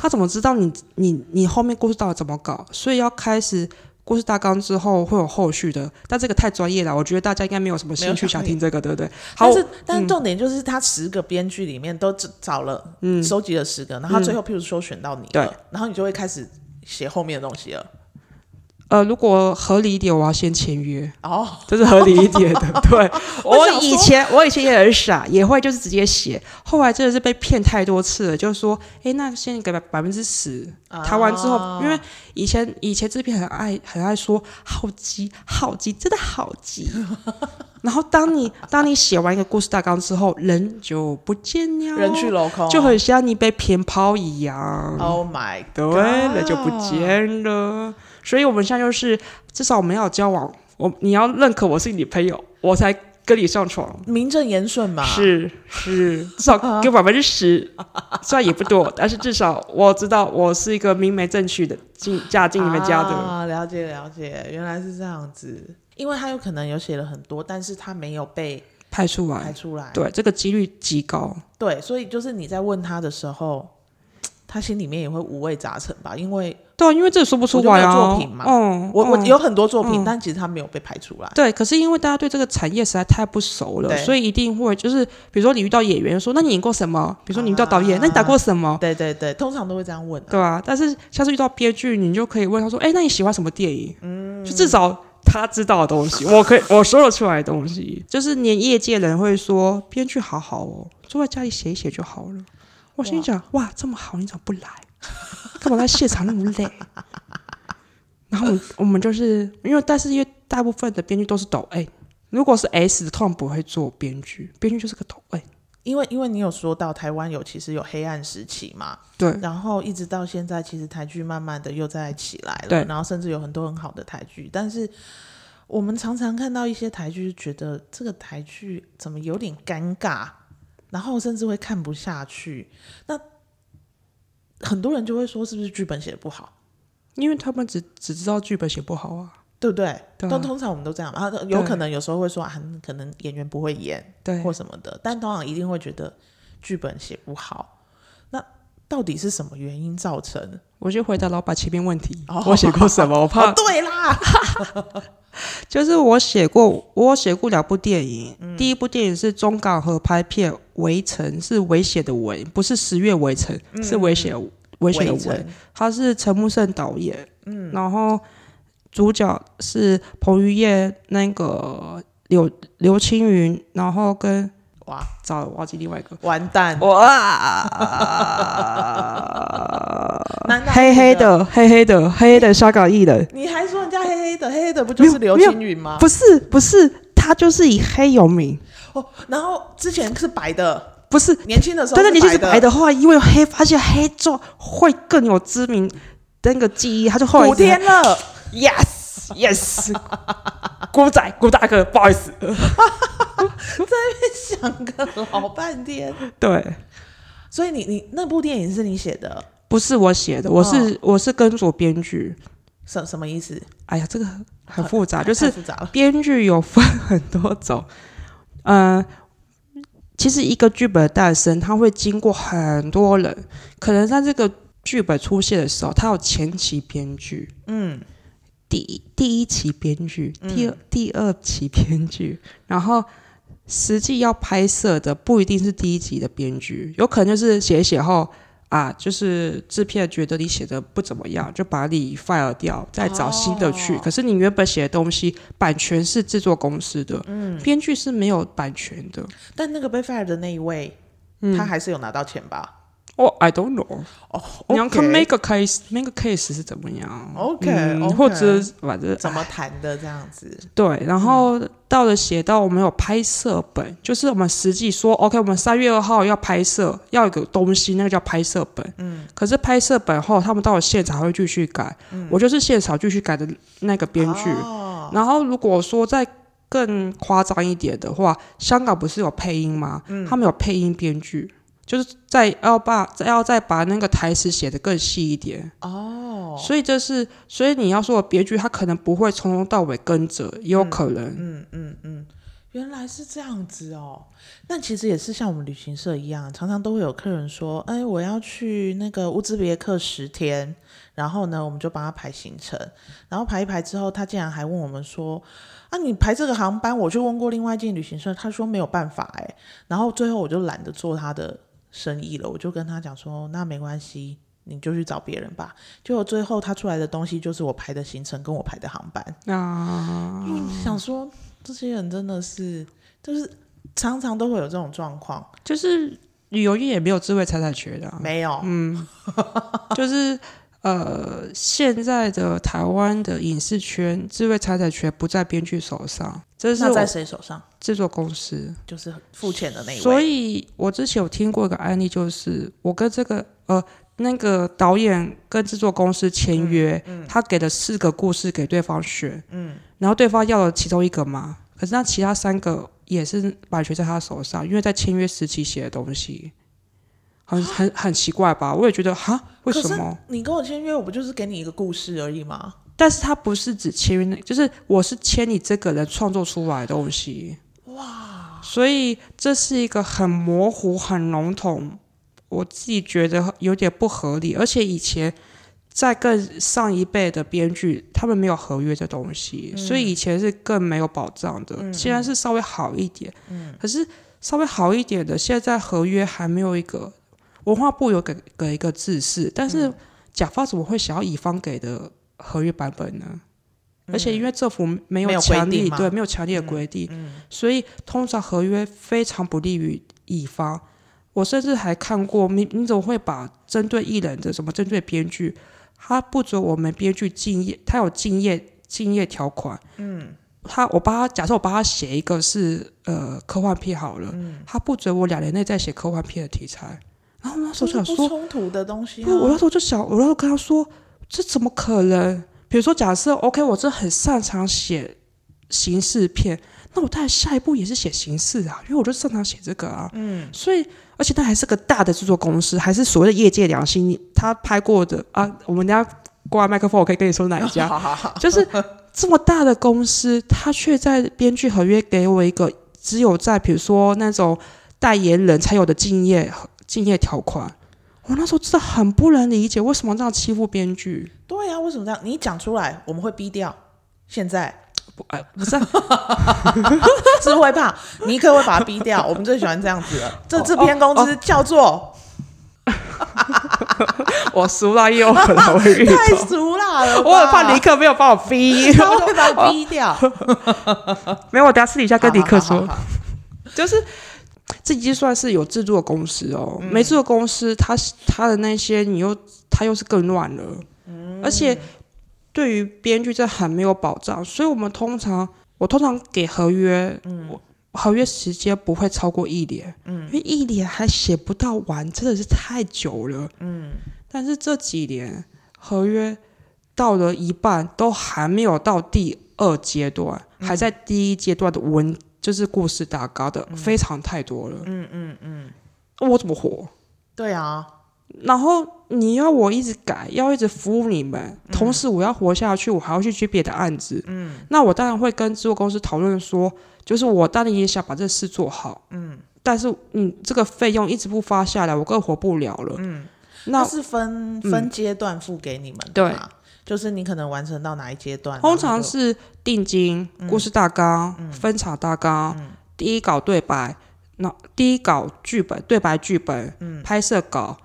B: 他怎么知道你你你后面故事到底怎么搞？所以要开始故事大纲之后会有后续的，但这个太专业了，我觉得大家应该没有什么兴趣想听这个，对不对？好
C: 但，
B: 嗯
C: 是但是重点就是他十个编剧里面都只找了，嗯，收集了十个，然后他最后譬如说选到你了，
B: 对
C: 然后你就会开始写后面的东西了。
B: 呃，如果合理一点，我要先签约，
C: 哦，
B: 这是合理一点 的。对
C: 我
B: 我
C: 想说
B: 以前我以前也很傻，也会就是直接写，后来真的是被骗太多次了，就是说，哎，那先给百百分之十，谈完之后，
C: 啊哦
B: 因为以前以前制片很爱很爱说好急好急，真的好急。然后当你当你写完一个故事大纲之后，人就不见了，
C: 人去楼空，
B: 就很像你被偏抛一样。
C: Oh my，
B: 对了，就不见了。所以我们现在就是，至少我们要有交往，我你要认可我是你朋友，我才跟你上床。
C: 名正言顺嘛，
B: 是是，啊至少给我百分之十，虽然也不多，但是至少我知道我是一个明媒正娶的进嫁进你们家的。
C: 啊，了解了解，原来是这样子，因为他有可能有写了很多，但是他没有被
B: 派出
C: 排
B: 来，
C: 出来，
B: 对，这个几率极高。
C: 对，所以就是你在问他的时候，他心里面也会五味杂陈吧，因为
B: 对啊，因为这说不出
C: 我就没
B: 来
C: 有
B: 啊。
C: 作品嘛
B: 嗯，
C: 我、我
B: 嗯
C: 有很多作品，
B: 嗯
C: 但其实他没有被排出来，
B: 对，可是因为大家对这个产业实在太不熟了
C: 对，
B: 所以一定会就是，比如说你遇到演员说，那你演过什么？比如说你遇到导演，那你打过什么？
C: 对对对，通常都会这样问、啊，
B: 对啊，但是下次遇到编剧，你就可以问他说，哎，那你喜欢什么电影？就至少他知道的东西，我可以我说得出来的东西，就是连业界人会说，编剧好好哦，坐在家里写一写就好了。我心里想，哇，这么好，你怎么不来？干嘛在现场那么累？然后我们我们就是因为，但是因为大部分的编剧都是抖 A，如果是 S 的，通常不会做编剧，编剧就是个抖哎 A。
C: 因为因为你有说到台湾有其实有黑暗时期嘛，
B: 对
C: 然后一直到现在，其实台剧慢慢的又在起来了，
B: 对
C: 然后甚至有很多很好的台剧，但是我们常常看到一些台剧，觉得这个台剧怎么有点尴尬，然后甚至会看不下去。那很多人就会说，是不是剧本写的不好，
B: 因为他们只只知道剧本写不好啊，
C: 对不对？
B: 对
C: 但
B: 啊
C: 通常我们都这样嘛，啊有可能有时候会说啊，可能演员不会演
B: 对
C: 或什么的，但通常一定会觉得剧本写不好。那到底是什么原因造成？
B: 我就回答老板前面问题，
C: 哦
B: 我写过什么？我怕
C: 哦，对啦，
B: 就是我写过，我写过两部电影。第一部电影是中港合拍片《围城》，是危险的危，不是十月围城，是危险危险的危。他是陈木胜导演，嗯，然后主角是彭于晏、那个刘刘青云，然后跟
C: 哇，
B: 糟了，忘记另外一个
C: 完蛋！
B: 哦哇，
C: 难道
B: 黑
C: 是
B: 黑
C: 你的？
B: 的黑黑的黑黑的香港艺人。
C: 你还说人家黑黑的，黑黑的不就是
B: 没有
C: 刘青云吗？
B: 不是不是，他就是以黑有名，
C: 哦，然后之前是白的，
B: 不是
C: 年轻的时候
B: 对对，你就是
C: 白
B: 白的，后来因为黑发现黑之后会更有知名的那个记忆，他就后来
C: 古天乐，
B: yes yes，古仔古大哥，不好意思，
C: 想个老半天。
B: 对，
C: 所以你你那部电影是你写的，
B: 不是我写的，我
C: 哦
B: 是、我是跟着编剧，
C: 什什么意思？
B: 哎呀，这个很复杂，啊就
C: 太
B: 是
C: 复杂了。
B: 编剧有分很多种，嗯。其实一个剧本的诞生，它会经过很多人，可能在这个剧本出现的时候，它有前期编剧，
C: 嗯，
B: 第一第一期编剧，第二、第二期编剧，然后实际要拍摄的不一定是第一集的编剧，有可能就是写一写后啊，就是制片觉得你写的不怎么样，就把你 fire 掉，再找新的去。可是你原本写的东西，版权是制作公司的，编剧是没有版权的。
C: 但那个被 fire 的那一位，
B: 嗯
C: 他还是有拿到钱吧？
B: 哦、i don't know，
C: 哦
B: 你要看
C: OK
B: make a case，make a case 是怎么样
C: OK，
B: 嗯
C: OK
B: 或者反正
C: 怎么谈的这样子？
B: 对，然后到了写到我们有拍摄本，就是我们实际说，OK，我们三月二号要拍摄，要有个东西，那个叫拍摄本。嗯，可是拍摄本后，他们到了现场还会继续改。我就是现场继续改的那个编剧。
C: 哦，
B: 然后如果说再更夸张一点的话，香港不是有配音吗？
C: 嗯
B: 他们有配音编剧，就是在要把要再把那个台词写得更细一点。哦，所以这是所以你要说的编剧，他可能不会从头到尾跟着，也有可能。
C: 嗯嗯嗯，原来是这样子哦。那其实也是像我们旅行社一样，常常都会有客人说：“哎，我要去那个乌兹别克十天。”然后呢，我们就帮他排行程，然后排一排之后，他竟然还问我们说：“啊，你排这个航班？”我去问过另外一间旅行社，他说没有办法哎。然后最后我就懒得做他的生意了，我就跟他讲说：“那没关系，你就去找别人吧。结果最后他出来的东西就是我排的行程跟我排的航班，
B: 啊，
C: 想说这些人真的是，就是常常都会有这种状况，
B: 就是旅游业也没有智慧财产学的、啊，
C: 没有，
B: 嗯，就是呃，现在的台湾的影视圈智慧财产权不在编剧手上，这是
C: 那在
B: 我
C: 谁手上？
B: 制作公司。
C: 就是付钱的那一位，
B: 所以我之前有听过一个案例，就是我跟这个呃那个导演跟制作公司签约，
C: 嗯
B: 他给了四个故事给对方选，嗯，然后对方要了其中一个嘛，可是那其他三个也是版权在他手上，因为在签约时期写的东西，很很很奇怪吧？我也觉得哈，为
C: 可
B: 什
C: 是
B: 么？
C: 你跟我签约，我不就是给你一个故事而已吗？
B: 但是他不是只签约那，就是我是签你这个人创作出来的东西。哇！所以这是一个很模糊、很笼统，我自己觉得有点不合理。而且以前在更上一辈的编剧，他们没有合约这东
C: 嗯
B: 西，所以以前是更没有保障的。虽然是稍微好一点，
C: 嗯
B: 可是稍微好一点的，现在合约还没有一个。文化部有给给一个制式，但
C: 嗯
B: 是甲方怎么会想要乙方给的合约版本呢？而且因为政府没
C: 嗯没有
B: 有
C: 规
B: 强
C: 定
B: 力，
C: 嘛嗯
B: 对，没有强力的规定，所以通常合约非常不利于乙方。我甚至还看过，你你怎么会把针对艺人的什么针对编剧，他不准我们编剧敬业，他有敬业敬业条款，嗯，他我帮他假设我帮他写一个是呃科幻片好了，
C: 嗯
B: 他不准我两年内再写科幻片的题材。然后我那时
C: 这是
B: 候想
C: 不
B: 说，
C: 冲突的东西、啊。
B: 不，我那时候就想，我那时候跟他说，这怎么可能？比如说，假设 OK，我真的很擅长写刑事片，那我当然下一步也是写刑事啊，因为我就擅长写这个啊。嗯，所以而且那还是个大的制作公司，还是所谓的业界良心，他拍过的啊，我们等一下挂麦克风，我可以跟你说哪一家。
C: 好好好，
B: 就是这么大的公司，他却在编剧合约给我一个只有在比如说那种代言人才有的敬业敬业条款。我那时候真的很不能理解，为什么这样欺负编剧？
C: 对呀、为什么这样？你讲出来，我们会逼掉。现在
B: 不，哎，不是啊、
C: 是会怕，尼克会把他逼掉。我们最喜欢这样子 了。这制片公
B: 哦
C: 司叫 做
B: 我输了，又有可能会遇
C: 太
B: 到。
C: 俗辣了吧，
B: 我很怕尼克没有帮我逼，
C: 他会把他逼掉。
B: 没有，我等下私底下跟尼克说。
C: 好好好好
B: 就是这已经算是有制作公司哦，没制作公司，他他的那些你又他又是更乱了，而且对于编剧这很没有保障，所以我们通常我通常给合约，嗯。合约时间不会超过一年，嗯，因为一年还写不到完，真的是太久了，嗯。但是这几年合约到了一半都还没有到第二阶段，还在第一阶段的文就是故事打高的、非常太多了。嗯嗯嗯嗯，我怎么活？
C: 对啊，
B: 然后你要我一直改，要一直服务你们，同时我要活下去，我还要去接别的案子。嗯，那我当然会跟制作公司讨论说，就是我当然也想把这事做好。嗯，但是嗯，这个费用一直不发下来，我更活不了了。嗯，那嗯
C: 那是分分阶段付给你们的
B: 对
C: 嘛，就是你可能完成到哪一阶段，
B: 通常
C: 然后就是嗯
B: 定金、故事大纲、分场大纲、第一稿对白，那第一稿剧本、对白剧本、
C: 嗯
B: 拍摄稿，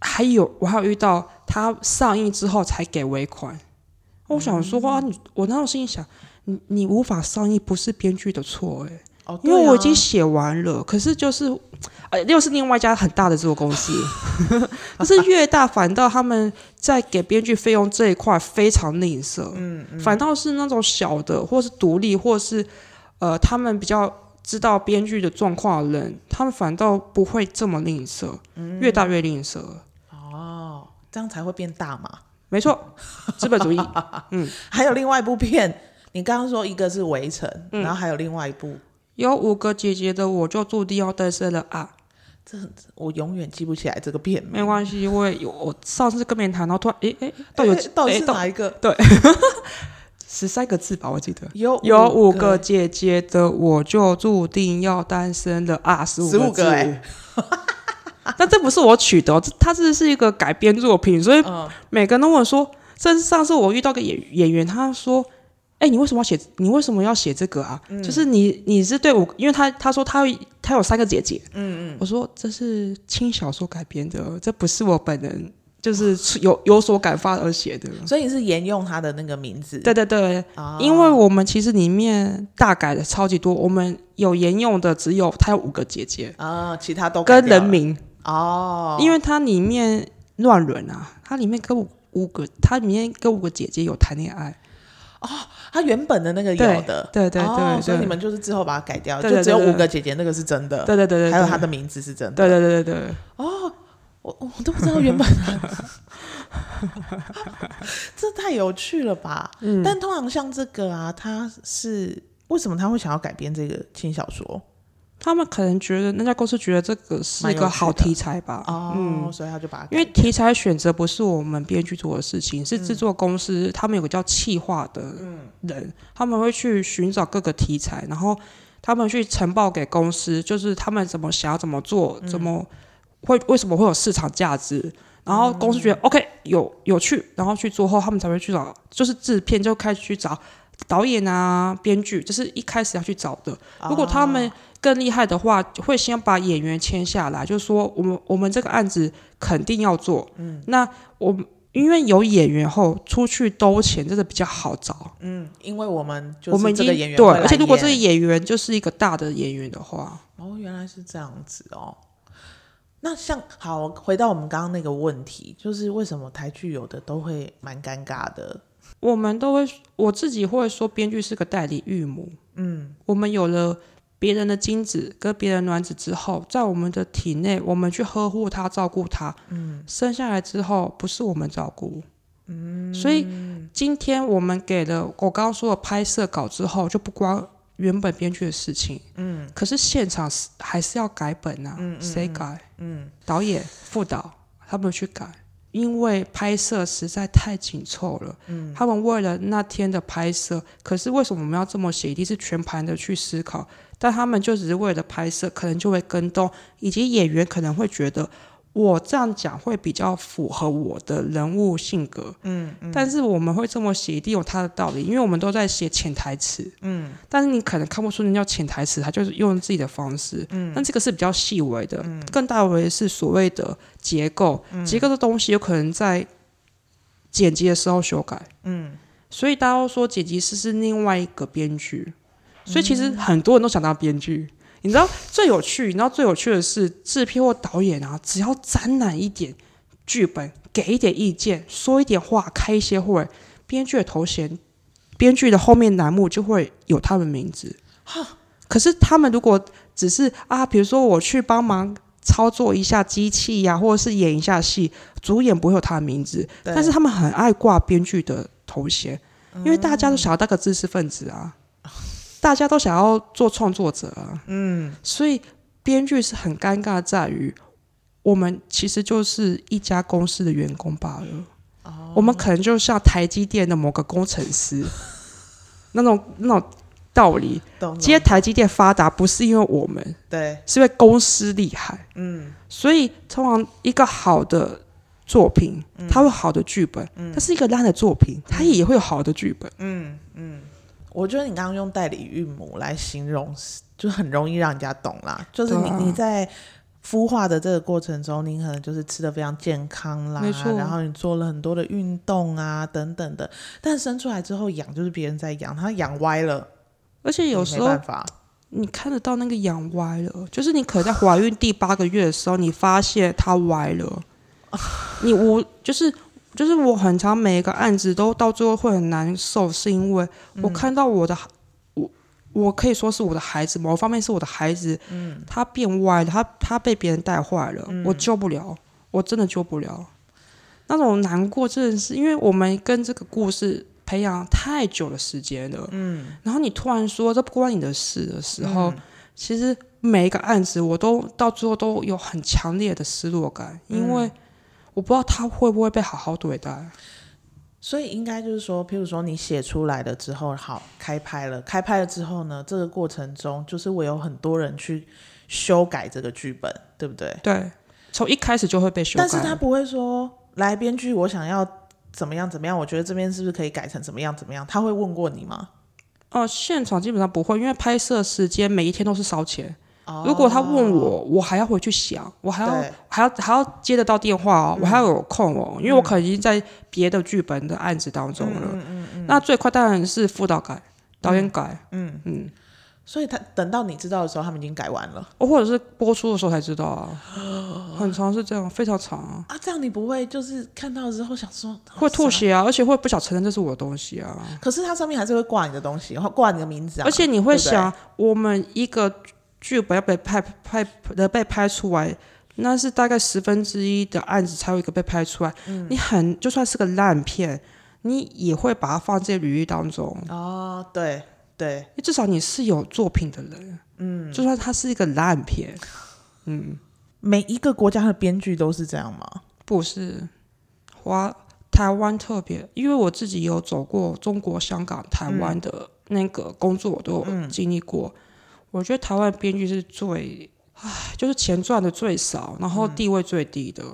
B: 还有我还有遇到他上映之后才给尾款。我想说
C: 嗯
B: 啊，你我那时候心里想，你你无法上映不是编剧的错哎、欸
C: 哦，
B: 因为我
C: 对
B: 已
C: 啊
B: 经写完了，可是就是，呃，又是另外一家很大的制作公司， 可是越大反倒他们在给编剧费用这一块非常吝啬，嗯，反倒是那种小的或是独立或是呃他们比较知道编剧的状况的人，他们反倒不会这么吝啬，
C: 嗯
B: 越大越吝啬，
C: 哦，这样才会变大嘛。
B: 没错， 资本主义
C: 还有另外一部片，你刚刚说一个是《围城》
B: 嗯
C: 然后还有另外一部，
B: 有五个姐姐的我就注定要单身了啊。
C: 我永远记不起来这个片名，
B: 没关系，我也有我上次跟别人谈到，突然诶诶，到底有
C: 哎到底
B: 诶
C: 是
B: 到
C: 哪一个？
B: 十三个字吧，我记得。
C: 有
B: 有五个
C: 个，
B: 姐姐的，我就注定要单身了啊！十五
C: 15
B: 字
C: 个 欸
B: 但这不是我取的哦，这它这是一个改编作品，所以
C: 嗯，
B: 每个人都问说，这是上次我遇到个演演员，他说：“哎、你为什么要写？你为什么要写这个啊？就是你你是对我，因为他他说他有他有三个姐姐，嗯嗯，我说这是轻小说改编的，这不是我本人就是有有所感发而写的。
C: 所以你是沿用他的那个名字，
B: 对对对，
C: 啊，
B: 因为我们其实里面大改的超级多，我们有沿用的只有他有五个姐姐
C: 啊，其他都改
B: 跟
C: 掉
B: 人
C: 了
B: 名，
C: 哦，
B: 因为它里面乱伦啊，它里面跟五五个，它里面跟五个姐姐有谈恋爱，
C: 他原本的那个有的，
B: 对对对
C: 哦
B: 对
C: 所以你们就是之后把它改掉，
B: 对对
C: 就只有
B: 对对
C: 五个姐姐那个是真的，
B: 对对对对，
C: 还有
B: 对
C: 他的，名字是真的，
B: 对对对对对，
C: 我我都不知道原 本，这太有趣了吧？
B: 嗯，
C: 但通常像这个啊，他是为什么他会想要改编这个轻小说？
B: 他们可能觉得那家公司觉得这个是一
C: 蛮有趣
B: 个
C: 的
B: 好题材吧，
C: 哦，
B: 嗯。
C: 所以他就把它改
B: 因为题材选择不是我们编剧做的事情，是制作公司、他们有个叫企划的人，他们会去寻找各个题材，然后他们去呈报给公司，就是他们怎么想要怎么做，怎么会为什么会有市场价值。然后公司觉得、OK 有有趣，然后去做后，他们才会去找，就是制片就开始去找导演啊、编剧，就是一开始要去找的。
C: 哦
B: 如果他们更厉害的话，会先把演员签下来，就是说我们我们这个案子肯定要做。嗯，那我们因为有演员后出去兜钱，真的比较好找。
C: 嗯，因为我们就是
B: 我们已
C: 这
B: 经
C: 个演员
B: 对，
C: 会来
B: 而且如果这个
C: 演
B: 演员就是一个大的演员的话，
C: 哦，原来是这样子哦。那像好，回到我们刚刚那个问题，就是为什么台剧有的都会蛮尴尬的？
B: 我们都会我自己会说，编剧是个代理育母。嗯，我们有了。别人的精子跟别人的卵子之后，在我们的体内，我们去呵护它、照顾它。嗯，生下来之后不是我们照顾。嗯，所以今天我们给了我刚刚说的拍摄稿之后，就不关原本编剧的事情。嗯，可是现场是还是要改本啊。嗯谁改？嗯，导演、副导他们去改，因为拍摄实在太紧凑了。嗯，他们为了那天的拍摄，可是为什么我们要这么写？一定是全盘的去思考。但他们就只是为了拍摄，可能就会跟动，以及演员可能会觉得我这样讲会比较符合我的人物性格。嗯，但是我们会这么写，一定有它的道理，因为我们都在写潜台词。嗯，但是你可能看不出人家潜台词，他就是用自己的方式。嗯，但这个是比较细微的，更大为是所谓的结构。结构的东西有可能在剪辑的时候修改。嗯，所以大家都说剪辑师是另外一个编剧。所以其实很多人都想当编剧。你知道最有趣，你知道最有趣的是制片或导演啊，只要沾染一点剧本，给一点意见，说一点话，开一些会，编剧的头衔，编剧的后面栏目就会有他们名字。可是他们如果只是啊，比如说我去帮忙操作一下机器呀、或者是演一下戏，主演不会有他的名字，
C: 对
B: 但是他们很爱挂编剧的头衔，因为大家都想要当个知识分子啊，大家都想要做创作者啊，嗯，所以编剧是很尴尬，在于我们其实就是一家公司的员工罢了，我们可能就像台积电的某个工程师那种那种道理，
C: 懂
B: 今天
C: 接
B: 台积电发达不是因为我们，
C: 对，
B: 是因为公司厉害。
C: 嗯，
B: 所以通常一个好的作品，
C: 嗯
B: 它会有好的剧本；但是一个烂的作品，它也会有好的剧本。
C: 我觉得你刚刚用代理孕母来形容是，就很容易让人家懂啦。就是你、
B: 对啊
C: 你在孵化的这个过程中，你可能就是吃的非常健康啦
B: 没，错
C: 然后你做了很多的运动啊等等的，但生出来之后养就是别人在养，他养歪了，
B: 而且有
C: 嗯
B: 时
C: 没
B: 候
C: 办法，
B: 你看得到那个养歪了，就是你可能在怀孕第八个月的时候，你发现它歪 了，你无就是。就是我很常每一个案子都到最后会很难受，是因为
C: 嗯
B: 我看到我的、我我可以说是我的孩子，某方面是我的孩子，嗯，他变歪了，他他被别人带坏了，
C: 嗯
B: 我救不了，我真的救不了。那种难过真的是因为我们跟这个故事培养太久的时间了，嗯，然后你突然说这不关你的事的时候，
C: 嗯
B: 其实每一个案子我都到最后都有很强烈的失落感，
C: 嗯
B: 因为我不知道他会不会被好好对待。
C: 所以应该就是说，譬如说你写出来了之后，好开拍了，开拍了之后呢，这个过程中就是我有很多人去修改这个剧本，对不对？
B: 对，从一开始就会被修改。
C: 但是他不会说，来编剧，我想要怎么样怎么样，我觉得这边是不是可以改成怎么样怎么样？他会问过你吗？
B: 呃，现场基本上不会，因为拍摄时间每一天都是烧钱，
C: 哦
B: 如果他问我，我还要回去想，我还要
C: 对嗯
B: 还要还要接得到电话哦，我还要有空哦，因为我可能已经在别的剧本的案子当中了。
C: 嗯
B: 那最快当然是副导改、导演改，
C: 嗯，
B: 嗯，
C: 所以他等到你知道的时候，他们已经改完了
B: 哦或者是播出的时候才知道啊，很长是这样，非常长啊，
C: 啊。这样你不会就是看到之后想说
B: 会吐？
C: 啊
B: 血啊，而且会不想承认这是我的东西啊。
C: 可是它上面还是会挂你的东西，然后挂你的名字啊。
B: 而且你会
C: 对不对
B: 想，我们一个剧本要被拍拍的被拍出来，那是大概十分之一的案子才有一个被拍出来。
C: 嗯
B: 你很就算是个烂片，你也会把它放在履历当中，
C: 哦，对对，
B: 至少你是有作品的人。嗯，就算它是一个烂片，
C: 每一个国家的编剧都是这样吗？
B: 不是华台湾特别，因为我自己有走过中国、香港、台湾的那个工作，我都有经历过。我觉得台湾编剧是最，唉，就是钱赚的最少，然后地位最低的。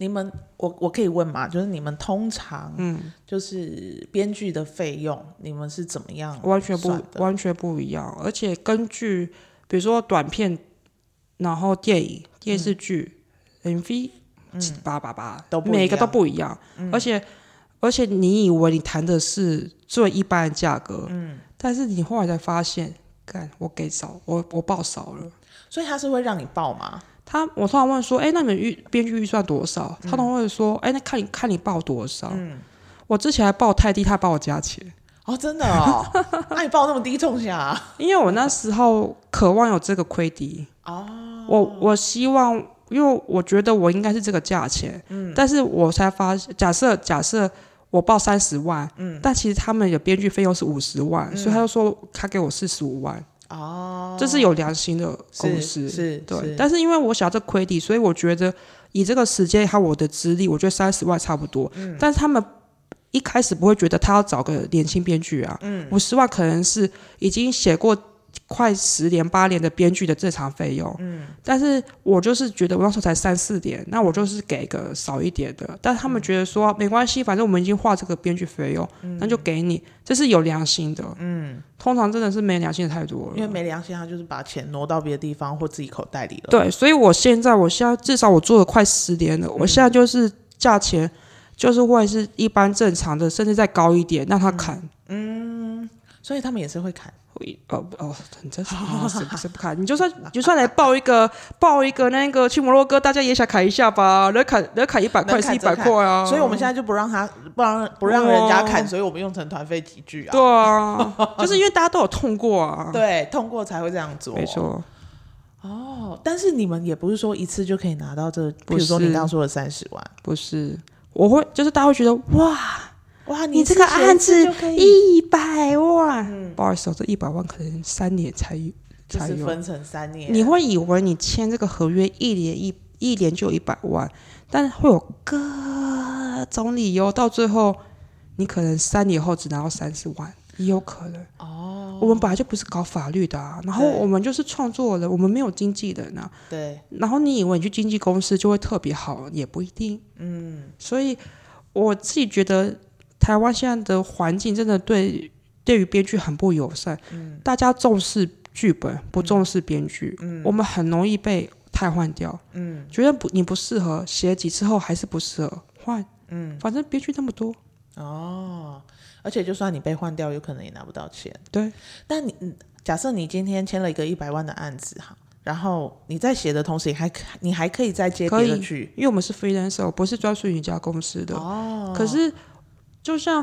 C: 你们，我我可以问吗？就是你们通常，嗯，就是编剧的费用，你们是怎么样？
B: 完全不
C: 算的
B: 完全不一样，而且根据比如说短片，然后电影、电视剧、MV，八八八
C: 嗯都不一样嗯
B: 每个都不一样，而且而且你以为你谈的是最一般的价格，嗯，但是你后来才发现，干我给少，我我报少了。
C: 所以他是会让你报吗？
B: 他我通常问说，哎、那你们预编剧预算多少？
C: 嗯
B: 他都会说，哎、那看你看你报多少。我之前还报太低，他还帮我加钱。
C: 哦，真的 哦，那你报那么低冲下、啊？
B: 因为我那时候渴望有这个亏底哦，我我希望，因为我觉得我应该是这个价钱，嗯，但是我才发现，假设假设我报三十万，嗯，但其实他们的编剧费用是五十万，所以他就说他给我四十五万，
C: 嗯哦，
B: 这是有良心的公
C: 是
B: 司，
C: 是
B: 对
C: 是，
B: 但是因为我想要这亏底，所以我觉得以这个时间还有我的资历，我觉得三十万差不多。
C: 嗯
B: 但是他们一开始不会觉得他要找个年轻编剧啊，
C: 嗯
B: 五十、万可能是已经写过快十年八年的编剧的正常费用。
C: 嗯
B: 但是我就是觉得我那时候才三四年，那我就是给个少一点的。但是他们觉得说没关系，反正我们已经花这个编剧费用，
C: 嗯
B: 那就给你，这是有良心的。嗯，通常真的是没良心的太多了，
C: 因为没良心，他就是把钱挪到别的地方或自己口袋里了。，
B: 对，所以我现在，我现在至少我做了快十年
C: 嗯
B: 了，我现在就是价钱就是会是一般正常的，甚至再高一点，让他砍。
C: 所以他们也是会砍。
B: 哦哦，你这 是啊谁不谁不砍？你就算你就算来报一个报一个那个去摩洛哥，大家也想砍一下吧？能砍能砍一百块
C: 能
B: 是
C: 砍
B: 一百
C: 则砍
B: 块啊！
C: 所以我们现在就不让他不让不让人家
B: 哦
C: 砍，所以我们用成团费集聚啊。
B: 对啊，就是因为大家都有痛过啊。
C: 对，通过才会这样做。
B: 没错，
C: 哦，但是你们也不是说一次就可以拿到这，比如说
B: 不是
C: 你刚刚说的三十万，
B: 不是。我会就是大家会觉得哇，
C: 哇，
B: 你
C: 一
B: 这
C: 次
B: 个
C: 写一
B: 案
C: 次
B: 子
C: 就可以，
B: 一百万，不好意思、哦，这一百万可能三年才有
C: 嗯就
B: 才
C: 是
B: 有。
C: 分成三年，
B: 你会以为你签这个合约一年一一年就有一百万，但会有各种理由，到最后你可能三年后只拿到三十万，也有可能。哦，我们本来就不是搞法律的啊，然后
C: 对
B: 我们就是创作人，我们没有经纪人啊。
C: 对
B: 然后你以为你去经纪公司就会特别好，也不一定。嗯，所以我自己觉得台湾现在的环境真的对对于编剧很不友善。嗯，大家重视剧本，不重视编剧。嗯，我们很容易被汰换掉。嗯，觉得不你不适合，写几次后还是不适合，换。嗯，反正编剧那么多，
C: 哦，而且就算你被换掉，有可能也拿不到钱。
B: 对，
C: 但你嗯假设你今天签了一个一百万的案子哈，然后你在写的同时，你还可你还可以再接
B: 可
C: 别的
B: 以
C: 剧，
B: 因为我们是 freelancer，不是专属于一家公司的。哦，可是就像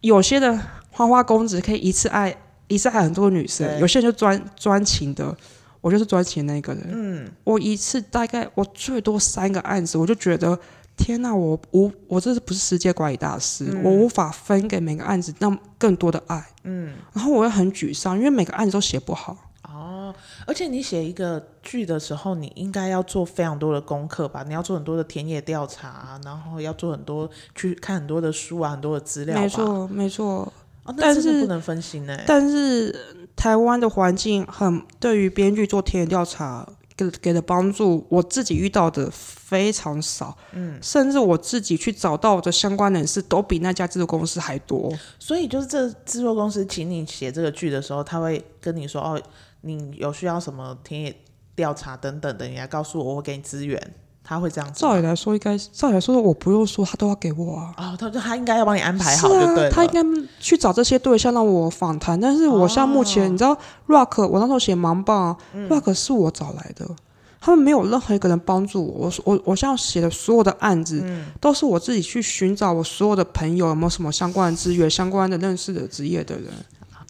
B: 有些的花花公子可以一次爱一次爱很多女生，
C: 对
B: 有些人就专专情的，我就是专情的那个人。嗯，我一次大概我最多三个案子，我就觉得天哪、我无我这是不是世界管理大师？我无法分给每个案子那么更多的爱。嗯，然后我又很沮丧，因为每个案子都写不好。
C: 而且你写一个剧的时候，你应该要做非常多的功课吧？你要做很多的田野调查啊，然后要做很多去看很多的书啊，很多的资料吧。
B: 没错，没错。
C: 哦，那
B: 但
C: 真的
B: 是
C: 不能分心呢、
B: 呃但是台湾的环境很对于编剧做田野调查给给的帮助，我自己遇到的非常少，嗯，甚至我自己去找到的相关人士都比那家制作公司还多。
C: 所以就是这制作公司请你写这个剧的时候，他会跟你说哦，你有需要什么田野调查等等的，你来告诉我，我会给你资源。他会这样子吗
B: 照理来说，应该照理来说，我不用说，他都要给我啊。
C: 哦，他就他应该要帮你安排好
B: 是
C: 就对
B: 啊
C: 了。，
B: 他应该去找这些对象让我访谈，但是我像目
C: 哦
B: 前，你知道，Rock，我那时候写盲棒、啊
C: 嗯
B: r o c k 是我找来的，他们没有任何一个人帮助我。我我我现在写的所有的案子，
C: 嗯
B: 都是我自己去寻找我所有的朋友有没有什么相关的资源、相关的认识的职业的人，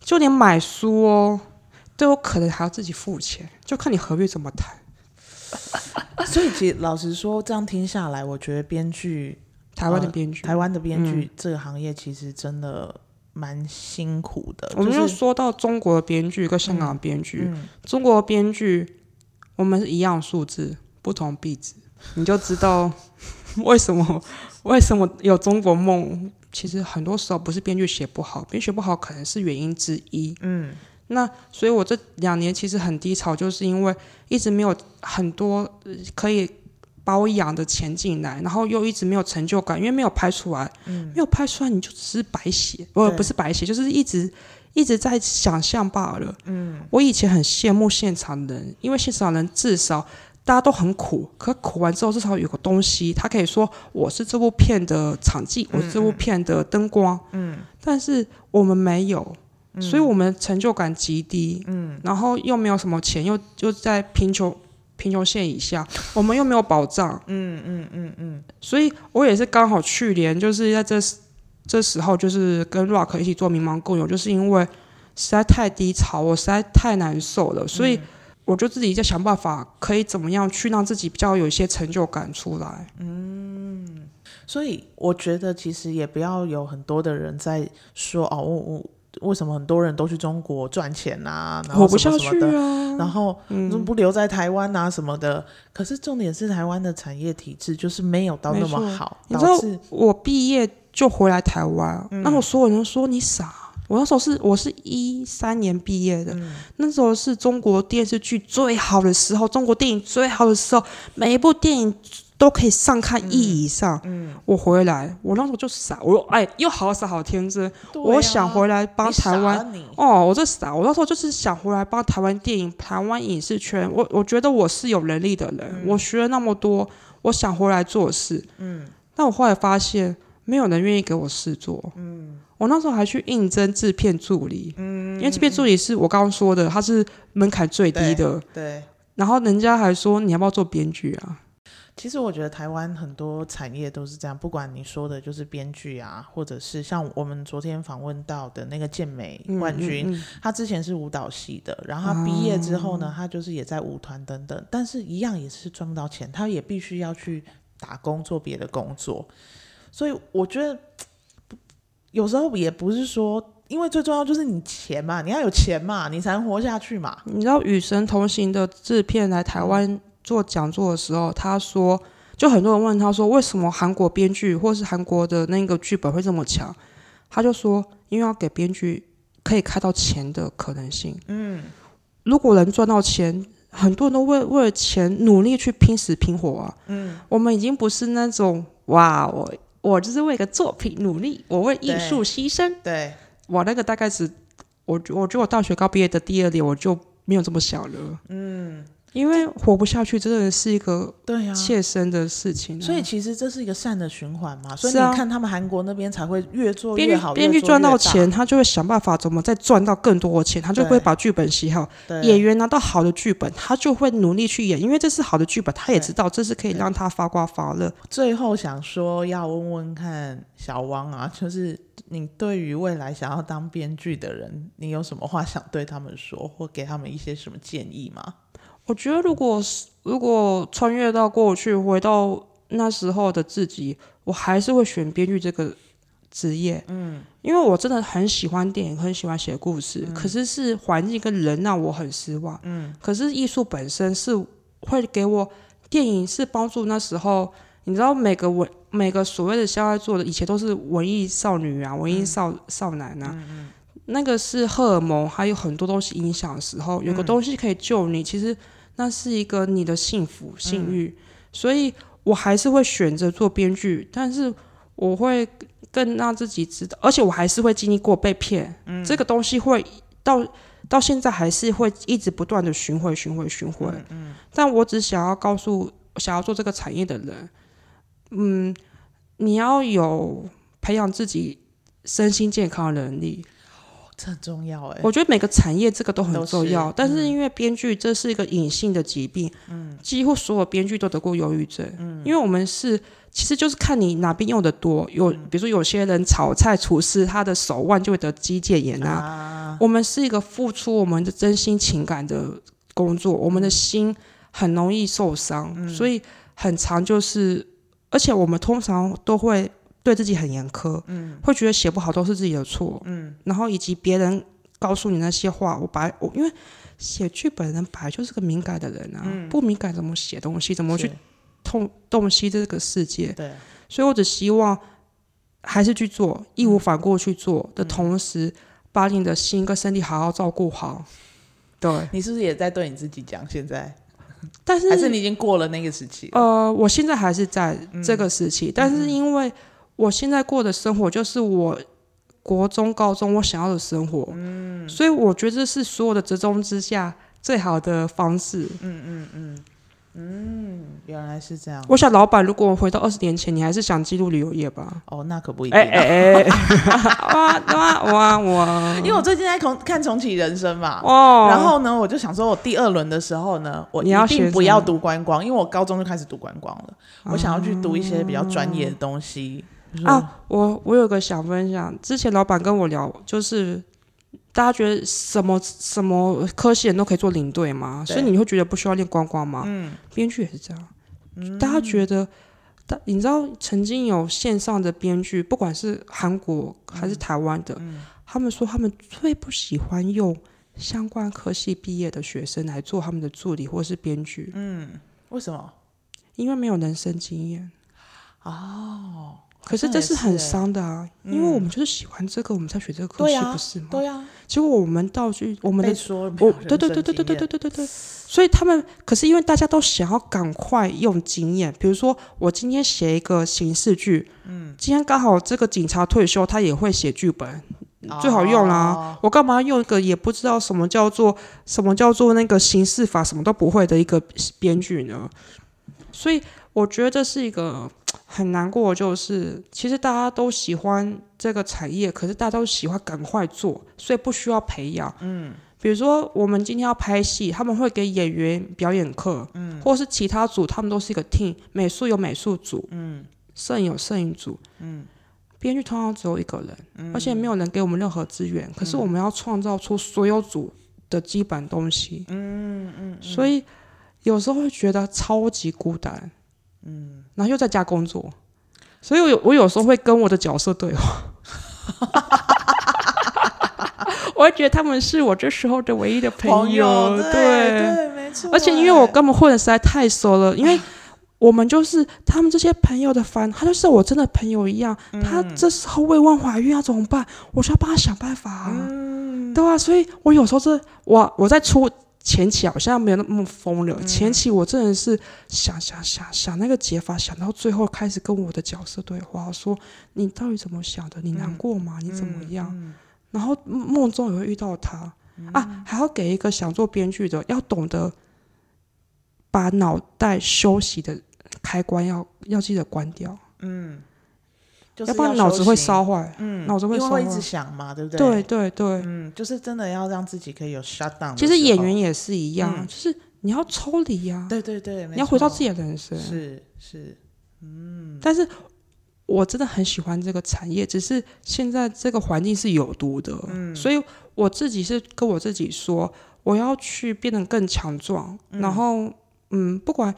B: 就连买书哦，都有可能还要自己付钱，就看你合约怎么谈。
C: 所以其实老实说，这样听下来，我觉得编剧
B: 台湾的
C: 呃
B: 编剧，
C: 台湾的编剧这个行业其实真的蛮辛苦的，
B: 我们
C: 就
B: 又
C: 是嗯
B: 说到中国的编剧跟香港的编剧，中国的编剧我们是一样数字，不同币值，你就 知道为什么为什么有中国梦。其实很多时候不是编剧写不好，编剧写不好可能是原因之一。嗯，那所以我这两年其实很低潮，就是因为一直没有很多呃可以把我养的钱进来，然后又一直没有成就感，因为没有拍出来，没有拍出来你就只是白写，不
C: 嗯对
B: 不是白写，就是一直一直在想象罢了。嗯，我以前很羡慕现场人，因为现场人至少大家都很苦，可苦完之后至少有个东西，他可以说我是这部片的场记，我是这部片的灯光。嗯，但是我们没有。所以我们成就感极低，嗯，然后又没有什么钱，又又在贫穷贫穷线以下，我们又没有保障，嗯嗯嗯嗯，所以我也是刚好去年就是在这这时候就是跟 Rock 一起做民盲共有，就是因为实在太低潮，我实在太难受
C: 嗯
B: 了，所以我就自己在想办法，可以怎么样去让自己比较有一些成就感出来。
C: 所以我觉得其实也不要有很多的人在说哦，我我为什么很多人都去中国赚钱啊，然后
B: 活不
C: 什
B: 下
C: 么什么
B: 去
C: 的，
B: 啊！
C: 然后不留在台湾啊什么的。可是重点是台湾的产业体制就是没有到那么
B: 没错
C: 好，
B: 你知
C: 导
B: 道
C: 致
B: 我毕业就回来台湾，那我所有人都说你傻。我那时候是我是一三年毕业的，那时候是中国电视剧最好的时候，中国电影最好的时候，每一部电影都可以上看亿以上。我回来，我那时候就傻，我又哎又好傻好天真，我想回来帮台湾
C: 湾，啊你
B: 哦，我这傻，我那时候就是想回来帮台湾电影、台湾影视圈，我我觉得我是有能力的人，我学了那么多，我想回来做事。嗯，但我后来发现没有人愿意给我试做。嗯，我那时候还去应征制片助理，嗯，因为制片助理是我刚刚说的，他是门槛最低的，
C: 对。
B: 然后人家还说你要不要做编剧啊？
C: 其实我觉得台湾很多产业都是这样，不管你说的就是编剧啊，或者是像我们昨天访问到的那个健美
B: 嗯
C: 冠军，
B: 嗯嗯哦
C: 他之前是舞蹈系的，然后他毕业之后呢，他就是也在舞团等等，但是一样也是赚不到钱，他也必须要去打工做别的工作，所以我觉得不有时候也不是说，因为最重要就是你钱嘛，你要有钱嘛，你才能活下去嘛。
B: 你知道《与神同行》的制片来台湾做讲座的时候，他说，就很多人问他说，为什么韩国编剧或是韩国的那个剧本会这么强？他就说，因为要给编剧可以开到钱的可能性。嗯，如果能赚到钱，很多人都为为了钱努力去拼死拼活啊。嗯，我们已经不是那种哇，我我就是为一个作品努力，我为艺术牺牲。
C: 对，
B: 我那个大概只，我觉我觉得我大学刚毕业的第二年我就没有这么想了，嗯，因为活不下去真的是一个
C: 对啊呀、
B: 切身的事情、啊
C: 所以其实这是一个善的循环嘛，所以
B: 嗯是啊
C: 你看他们韩国那边才会越做
B: 编
C: 越
B: 剧
C: 好，
B: 编
C: 越
B: 剧
C: 做
B: 赚
C: 越
B: 到
C: 大
B: 钱，，他就会想办法怎么再赚到更多的钱，他就会
C: 对
B: 把剧本写好。
C: 对
B: 演员拿到好的剧本，他就会努力去演，因为这是好的剧本，他也知道这是可以让他发光发热。
C: 最后想说要问问看小汪啊， 就是你对于未来想要当编剧的人，你有什么话想对他们说，或给他们一些什么建议吗？
B: 我觉得如果是如果穿越到过去，回到那时候的自己，我还是会选编剧这个职业。嗯，因为我真的很喜欢电影，很喜欢写故事，可是是环境跟人让我很失望。嗯，可是艺术本身是会给我电影是帮助那时候，你知道每个文每个所谓的现在做的以前都是文艺少女啊，文艺少、少男啊。嗯那个是荷尔蒙，还有很多东西影响的时候，有个东西可以救你。其实那是一个你的幸福、幸运，所以我还是会选择做编剧，但是我会更让自己知道，而且我还是会经历过被骗，这个东西会到到现在还是会一直不断的巡回、巡回、巡回。但我只想要告诉想要做这个产业的人，嗯，你要有培养自己身心健康的能力，
C: 这很重要哎、
B: 我觉得每个产业这个都
C: 都
B: 很
C: 是
B: 重要，但是因为编剧这是一个隐性的疾病，嗯，几乎所有编剧都得过忧郁症，嗯，因为我们是其实就是看你哪边用的多，有比如说有些人炒菜厨师，他的手腕就会得肌腱炎啊，我们是一个付出我们的真心情感的工作，我们的心很容易受伤，所以很常就是，而且我们通常都会对自己很严苛，嗯，会觉得写不好都是自己的错，嗯，然后以及别人告诉你那些话，我把我因为写剧本的人本来就是个敏感的人啊，不敏感怎么写东西，怎么去
C: 是
B: 痛洞悉这个世界，
C: 对，
B: 所以我只希望还是去做，义无反顾去做的同时，把你的心跟身体好好照顾好。对，
C: 你是不是也在对你自己讲？现在
B: 但是
C: 还是你已经过了那个时期了？
B: 呃，我现在还是在这个时期，但是因为我现在过的生活就是我国中、高中我想要的生活，嗯，所以我觉得这是所有的折中之下最好的方式。
C: 原来是这样。
B: 我想，老板，如果回到二十年前，你还是想记录旅游业吧？
C: 哦，那可不一定
B: 哎
C: 啊。
B: 哎哎，哇哇哇 哇！
C: 因为我最近在重看重启人生嘛，
B: 哦，
C: 然后呢，我就想说，我第二轮的时候呢，我
B: 你
C: 一
B: 要学
C: 定
B: 什
C: 不要
B: 么
C: 读观光，因为我高中就开始读观光了，我想要去读一些比较专业的东西。啊，
B: 哦啊，我我有个想分享，之前老板跟我聊，就是大家觉得什么什么科系人都可以做领队嘛，
C: 对
B: 所以你会觉得不需要练观光嘛？嗯，编剧也是这样，大家觉得。大你知道曾经有线上的编剧，不管是韩国还是台湾的，他们说他们最不喜欢用相关科系毕业的学生来做他们的助理或是编剧，
C: 嗯为什么？
B: 因为没有人生经验。哦，可是这是
C: 好像也
B: 很
C: 是欸
B: 伤的啊，因为我们就是喜欢这个，我们才学这个科
C: 对
B: 系，
C: 呀
B: 不是吗？
C: 对啊，
B: 结果我们到去我们
C: 被
B: 的。
C: 说没有
B: 我
C: 人
B: 对对对
C: 生
B: 对对
C: 经
B: 对对
C: 验
B: 对对对，所以他们可是因为大家都想要赶快用经验，比如说我今天写一个刑事剧，嗯，今天刚好这个警察退休，他也会写剧本，最好用啊啦、
C: 哦
B: 我干嘛用一个也不知道什么叫做什么叫做那个刑事法什么都不会的一个编剧呢？所以我觉得这是一个很难过，的就是其实大家都喜欢这个产业，可是大家都喜欢赶快做，所以不需要培养。嗯，比如说我们今天要拍戏，他们会给演员表演课，嗯，或是其他组，他们都是一个 team，美术有美术组，嗯，摄影有摄影组，嗯。编剧通常只有一个人，而且没有人给我们任何资源。可是我们要创造出所有组的基本东西，嗯嗯，所以有时候会觉得超级孤单，嗯，然后又在家工作，所以我有我有时候会跟我的角色 对话，我会觉得他们是我这时候的唯一的
C: 朋
B: 友，
C: 对对，没错。
B: 而且因为我
C: 哎
B: 跟他们混的实在太熟了，因为我们就是他们这些朋友的烦，他就是我真的朋友一样。他这时候未婚怀孕要怎么办？我就要帮他想办法、啊，
C: 嗯
B: 对啊，所以我有时候这我我在出前期好像没有那么疯了，前期我真的是想想想想那个解法，想到最后开始跟我的角色对话，说你到底怎么想的？你难过吗？你怎么样？然后梦梦中也会遇到他。
C: 嗯
B: 啊，还要给一个想做编剧的，要懂得把脑袋休息的开关要要记得关掉，
C: 嗯就
B: 要
C: 是
B: 不然
C: 要
B: 脑
C: 休
B: 子会
C: 息，
B: 烧坏。
C: 嗯，
B: 脑子会
C: 因为
B: 烧
C: 会一
B: 啊
C: 直想嘛，对不
B: 对
C: 对？，
B: 对对，
C: 嗯，就是真的要让自己可以有 shut down 的时候。嗯
B: 其实演员也是一样，就是你要抽离呀、
C: 对对对，
B: 你要回到自
C: 己
B: 己的人生。
C: 是是，嗯
B: 但是我真的很喜欢这个产业，只是现在这个环境是有毒的，
C: 嗯
B: 所以我自己是跟我自己说，我要去变得更强壮，然后嗯，不管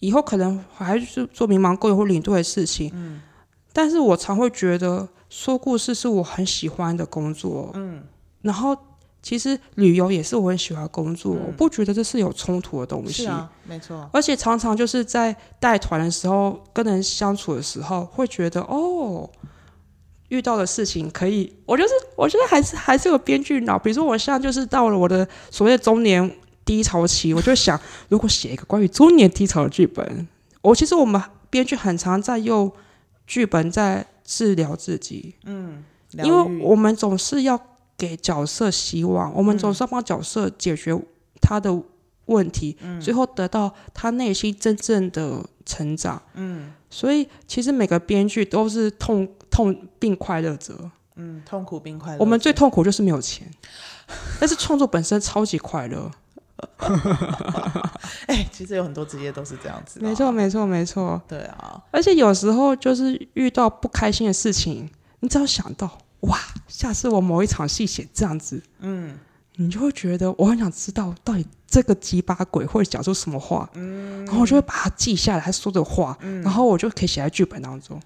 B: 以后可能还是做迷茫购友或领队的事情，
C: 嗯
B: 但是我常会觉得说故事是我很喜欢的工作，嗯，然后。其实旅游也是我很喜欢的工作，我不觉得这是有冲突的东西。
C: 嗯是啊，没错，
B: 而且常常就是在带团的时候，跟人相处的时候，会觉得哦，遇到的事情可以，我就是我觉得还是还是有编剧脑。比如说我现在就是到了我的所谓的中年低潮期，我就想，如果写一个关于中年低潮的剧本，我其实我们编剧很常在用剧本在治疗自己，因
C: 疗愈
B: 为我们总是要给角色希望，我们总
C: 嗯
B: 是要帮角色解决他的问题，
C: 嗯
B: 最后得到他内心真正的成长。嗯，所以其实每个编剧都是痛痛并快乐着。
C: 嗯，痛苦并快乐。
B: 我们最痛苦就是没有钱，但是创作本身超级快乐。
C: 哎、其实有很多职业都 是这样子的啊、
B: 没错，没错，没错。
C: 对啊，
B: 而且有时候就是遇到不开心的事情，你只要想到哇，下次我某一场戏写这样子，嗯，你就会觉得我很想知道到底这个鸡巴鬼会讲出什么话，嗯，然后我就会把它记下来他说的话，然后我就可以写在剧本当中。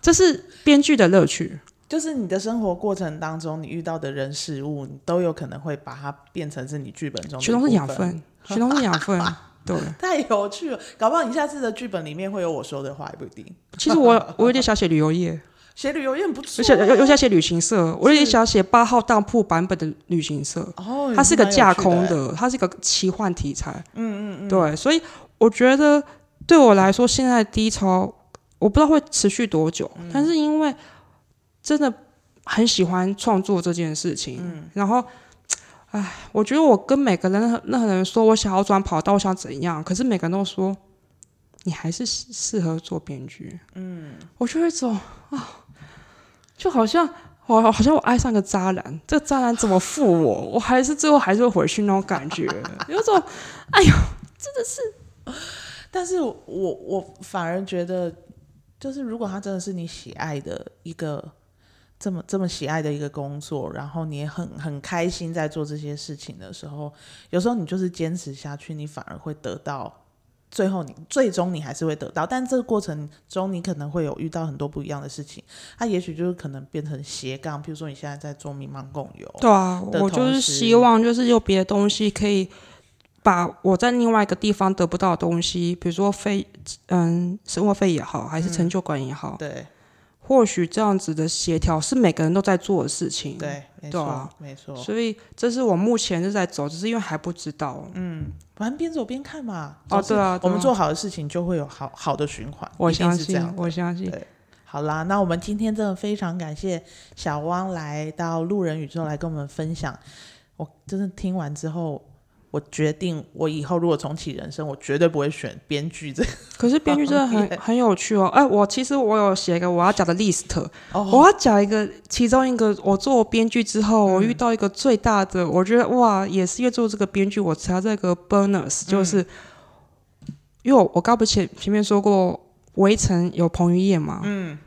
B: 这是编剧的乐趣，
C: 就是你的生活过程当中，你遇到的人事物，你都有可能会把它变成是你剧本中的
B: 全都是
C: 一部
B: 养分，全都是养 分。对，
C: 太有趣了，搞不好你下次的剧本里面会有我说的话，也不一定。
B: 其实我我有点想写旅游 业，
C: 写旅游也很不错
B: 而且有有想写旅行社，我有点想写八号当铺版本的旅行社。
C: 哦，
B: 它是一个架空
C: 的，
B: 的，它是一个奇幻题材。嗯嗯嗯，对，所以我觉得对我来说，现在的低潮我不知道会持续多久，但是因为真的很喜欢创作这件事情，然后。唉，我觉得我跟每个人任何任何人说我想要转跑道，我想怎样，可是每个人都说你还是适适合做编剧。嗯，我就会走啊，就好像我好像我爱上个渣男，这渣男怎么负我？我还是最后还是会回去那种 感觉，有种
C: 但是我我反而觉得，就是如果他真的是你喜爱的一个这么这么喜爱的一个工作，然后你也很很开心在做这些事情的时候，有时候你就是坚持下去，你反而会得到。最后你，最终你还是会得到，但这个过程中，你可能会有遇到很多不一样的事情。它也许就是可能变成斜杠，比如说你现在在做迷茫共游，
B: 对啊，
C: 的
B: 我就
C: 同
B: 是
C: 时
B: 希望就是有别的东西可以把我在另外一个地方得不到的东西，比如说费嗯生活费也好，还是成就感也好，
C: 对
B: 或许这样子的协调是每个人都在做的事情。。
C: 对，没
B: 对
C: 错、
B: 啊
C: 没错。
B: 所以这是我目前是在走，只是因为还不知道。
C: 反正边走边看嘛。
B: 哦
C: 总是
B: 对啊对
C: 嗯我
B: 啊
C: 们做好的事情就会有好好的循环，
B: 我
C: 一定
B: 相
C: 是这
B: 信
C: 样，的。
B: 我相信
C: 对。好啦，那我们今天真的非常感谢小汪来到路人宇宙来跟我们分享。我真的听完之后，我决定我以后如果重启人生，我绝对不会选编剧这个。
B: 可是
C: 啊
B: 编剧真的很很有趣哦。哎，我其实我有写一个我要讲的 list，
C: 哦，
B: 我要讲一个，其中一个，我做编剧之后，
C: 嗯
B: 我遇到一个最大的，我觉得哇，也是因为做这个编剧，我查这个 bonus，就是、
C: 嗯
B: 因为我我刚不是前前面说过，《围城》有彭于晏
C: 嗯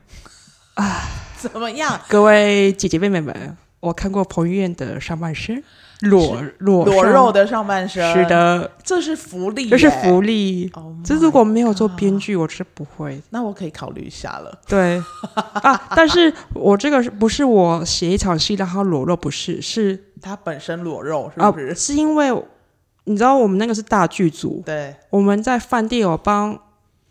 B: 嘛，
C: 怎么样？
B: 各位姐姐妹妹们，我看过彭于晏的上半身，裸裸
C: 裸
B: 上
C: 肉，的上半身，
B: 是，的，
C: 这是福利、
B: 这是。福利。
C: 哦，
B: 这如果没有做编剧，我是不会。
C: 那我可以考虑一下了。
B: 对啊，但是我这个是不是我写一场戏让他裸露，不是，是
C: 他本身裸肉是
B: 啊，
C: 不是？
B: 是因为你知道我们那个是大剧组，
C: 对，
B: 我们在饭店有帮，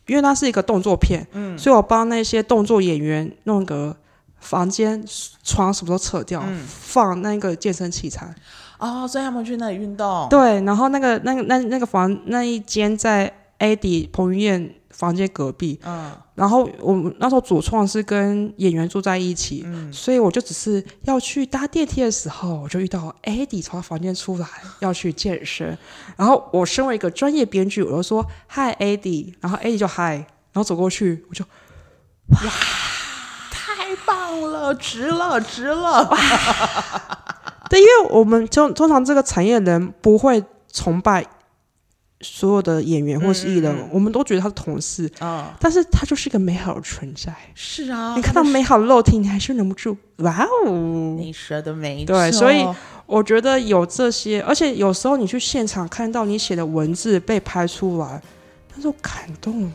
B: 因为它是一个动作片，嗯，所以我帮那些动作演员弄个房间床什么都扯掉，放那个健身器材。
C: 嗯哦，所以他们去那里运动。
B: 对，然后那个那个那那个房那一间在 AD 彭于晏房间隔壁，
C: 嗯，
B: 然后我们那时候主创是跟演员住在一起，所以我就只是要去搭电梯的时候，我就遇到 Eddie 从他房间出来要去健身，然后我身为一个专业编剧，我就说嗨 Eddie，然后 Eddie 就嗨，然后走过去我就
C: 太棒了，值了，值了。
B: 对，因为我们通通常这个产业人不会崇拜所有的演员或是艺人，我们都觉得他是同事，
C: 嗯，
B: 但是他就是一个美好的存在。
C: 是啊，
B: 你看到美好的肉体，你还是忍不住哇哦！
C: 你说的哦没错，
B: 对所以我觉得有这些，而且有时候你去现场看到你写的文字被拍出来，那种感动，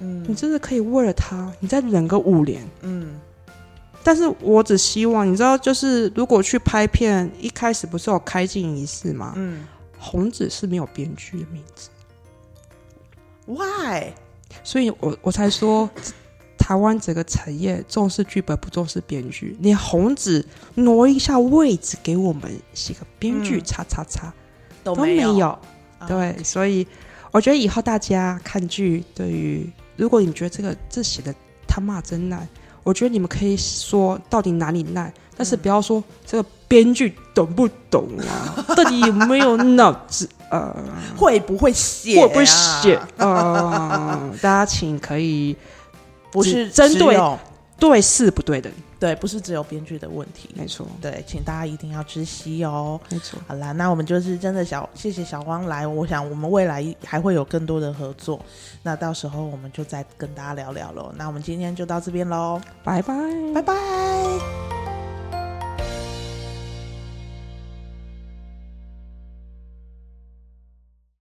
C: 嗯
B: 你真的可以为了他，你再忍个五年。
C: 嗯，
B: 但是我只希望你知道，就是如果去拍片，一开始不是有开镜仪式吗？
C: 嗯
B: 红纸是没有编剧的名字，
C: ，Why？
B: 所以我我才说。台湾整个产业重视剧本，不重视编剧。连红纸挪一下位置给我们，写个编剧
C: 嗯
B: 叉叉叉，
C: 都
B: 都没
C: 有。
B: 有。
C: 啊
B: 对，所以我觉得以后大家看剧，对于如果你觉得这个这写的他妈真烂，我觉得你们可以说到底哪里烂，但是不要说这个编剧懂不懂啊， 到底有没有脑子呃，
C: 会不会写、啊？
B: 会不会写？呃，大家请可以
C: 不是
B: 只针对
C: 只有
B: 对事不对人，
C: 对，不是只有编剧的问题。
B: 没错，
C: 对，请大家一定要知悉哦。
B: 没错，
C: 好啦，那我们就是真的小，谢谢小光来。我想我们未来还会有更多的合作，那到时候我们就再跟大家聊聊喽。那我们今天就到这边喽，
B: 拜拜。
C: 拜拜。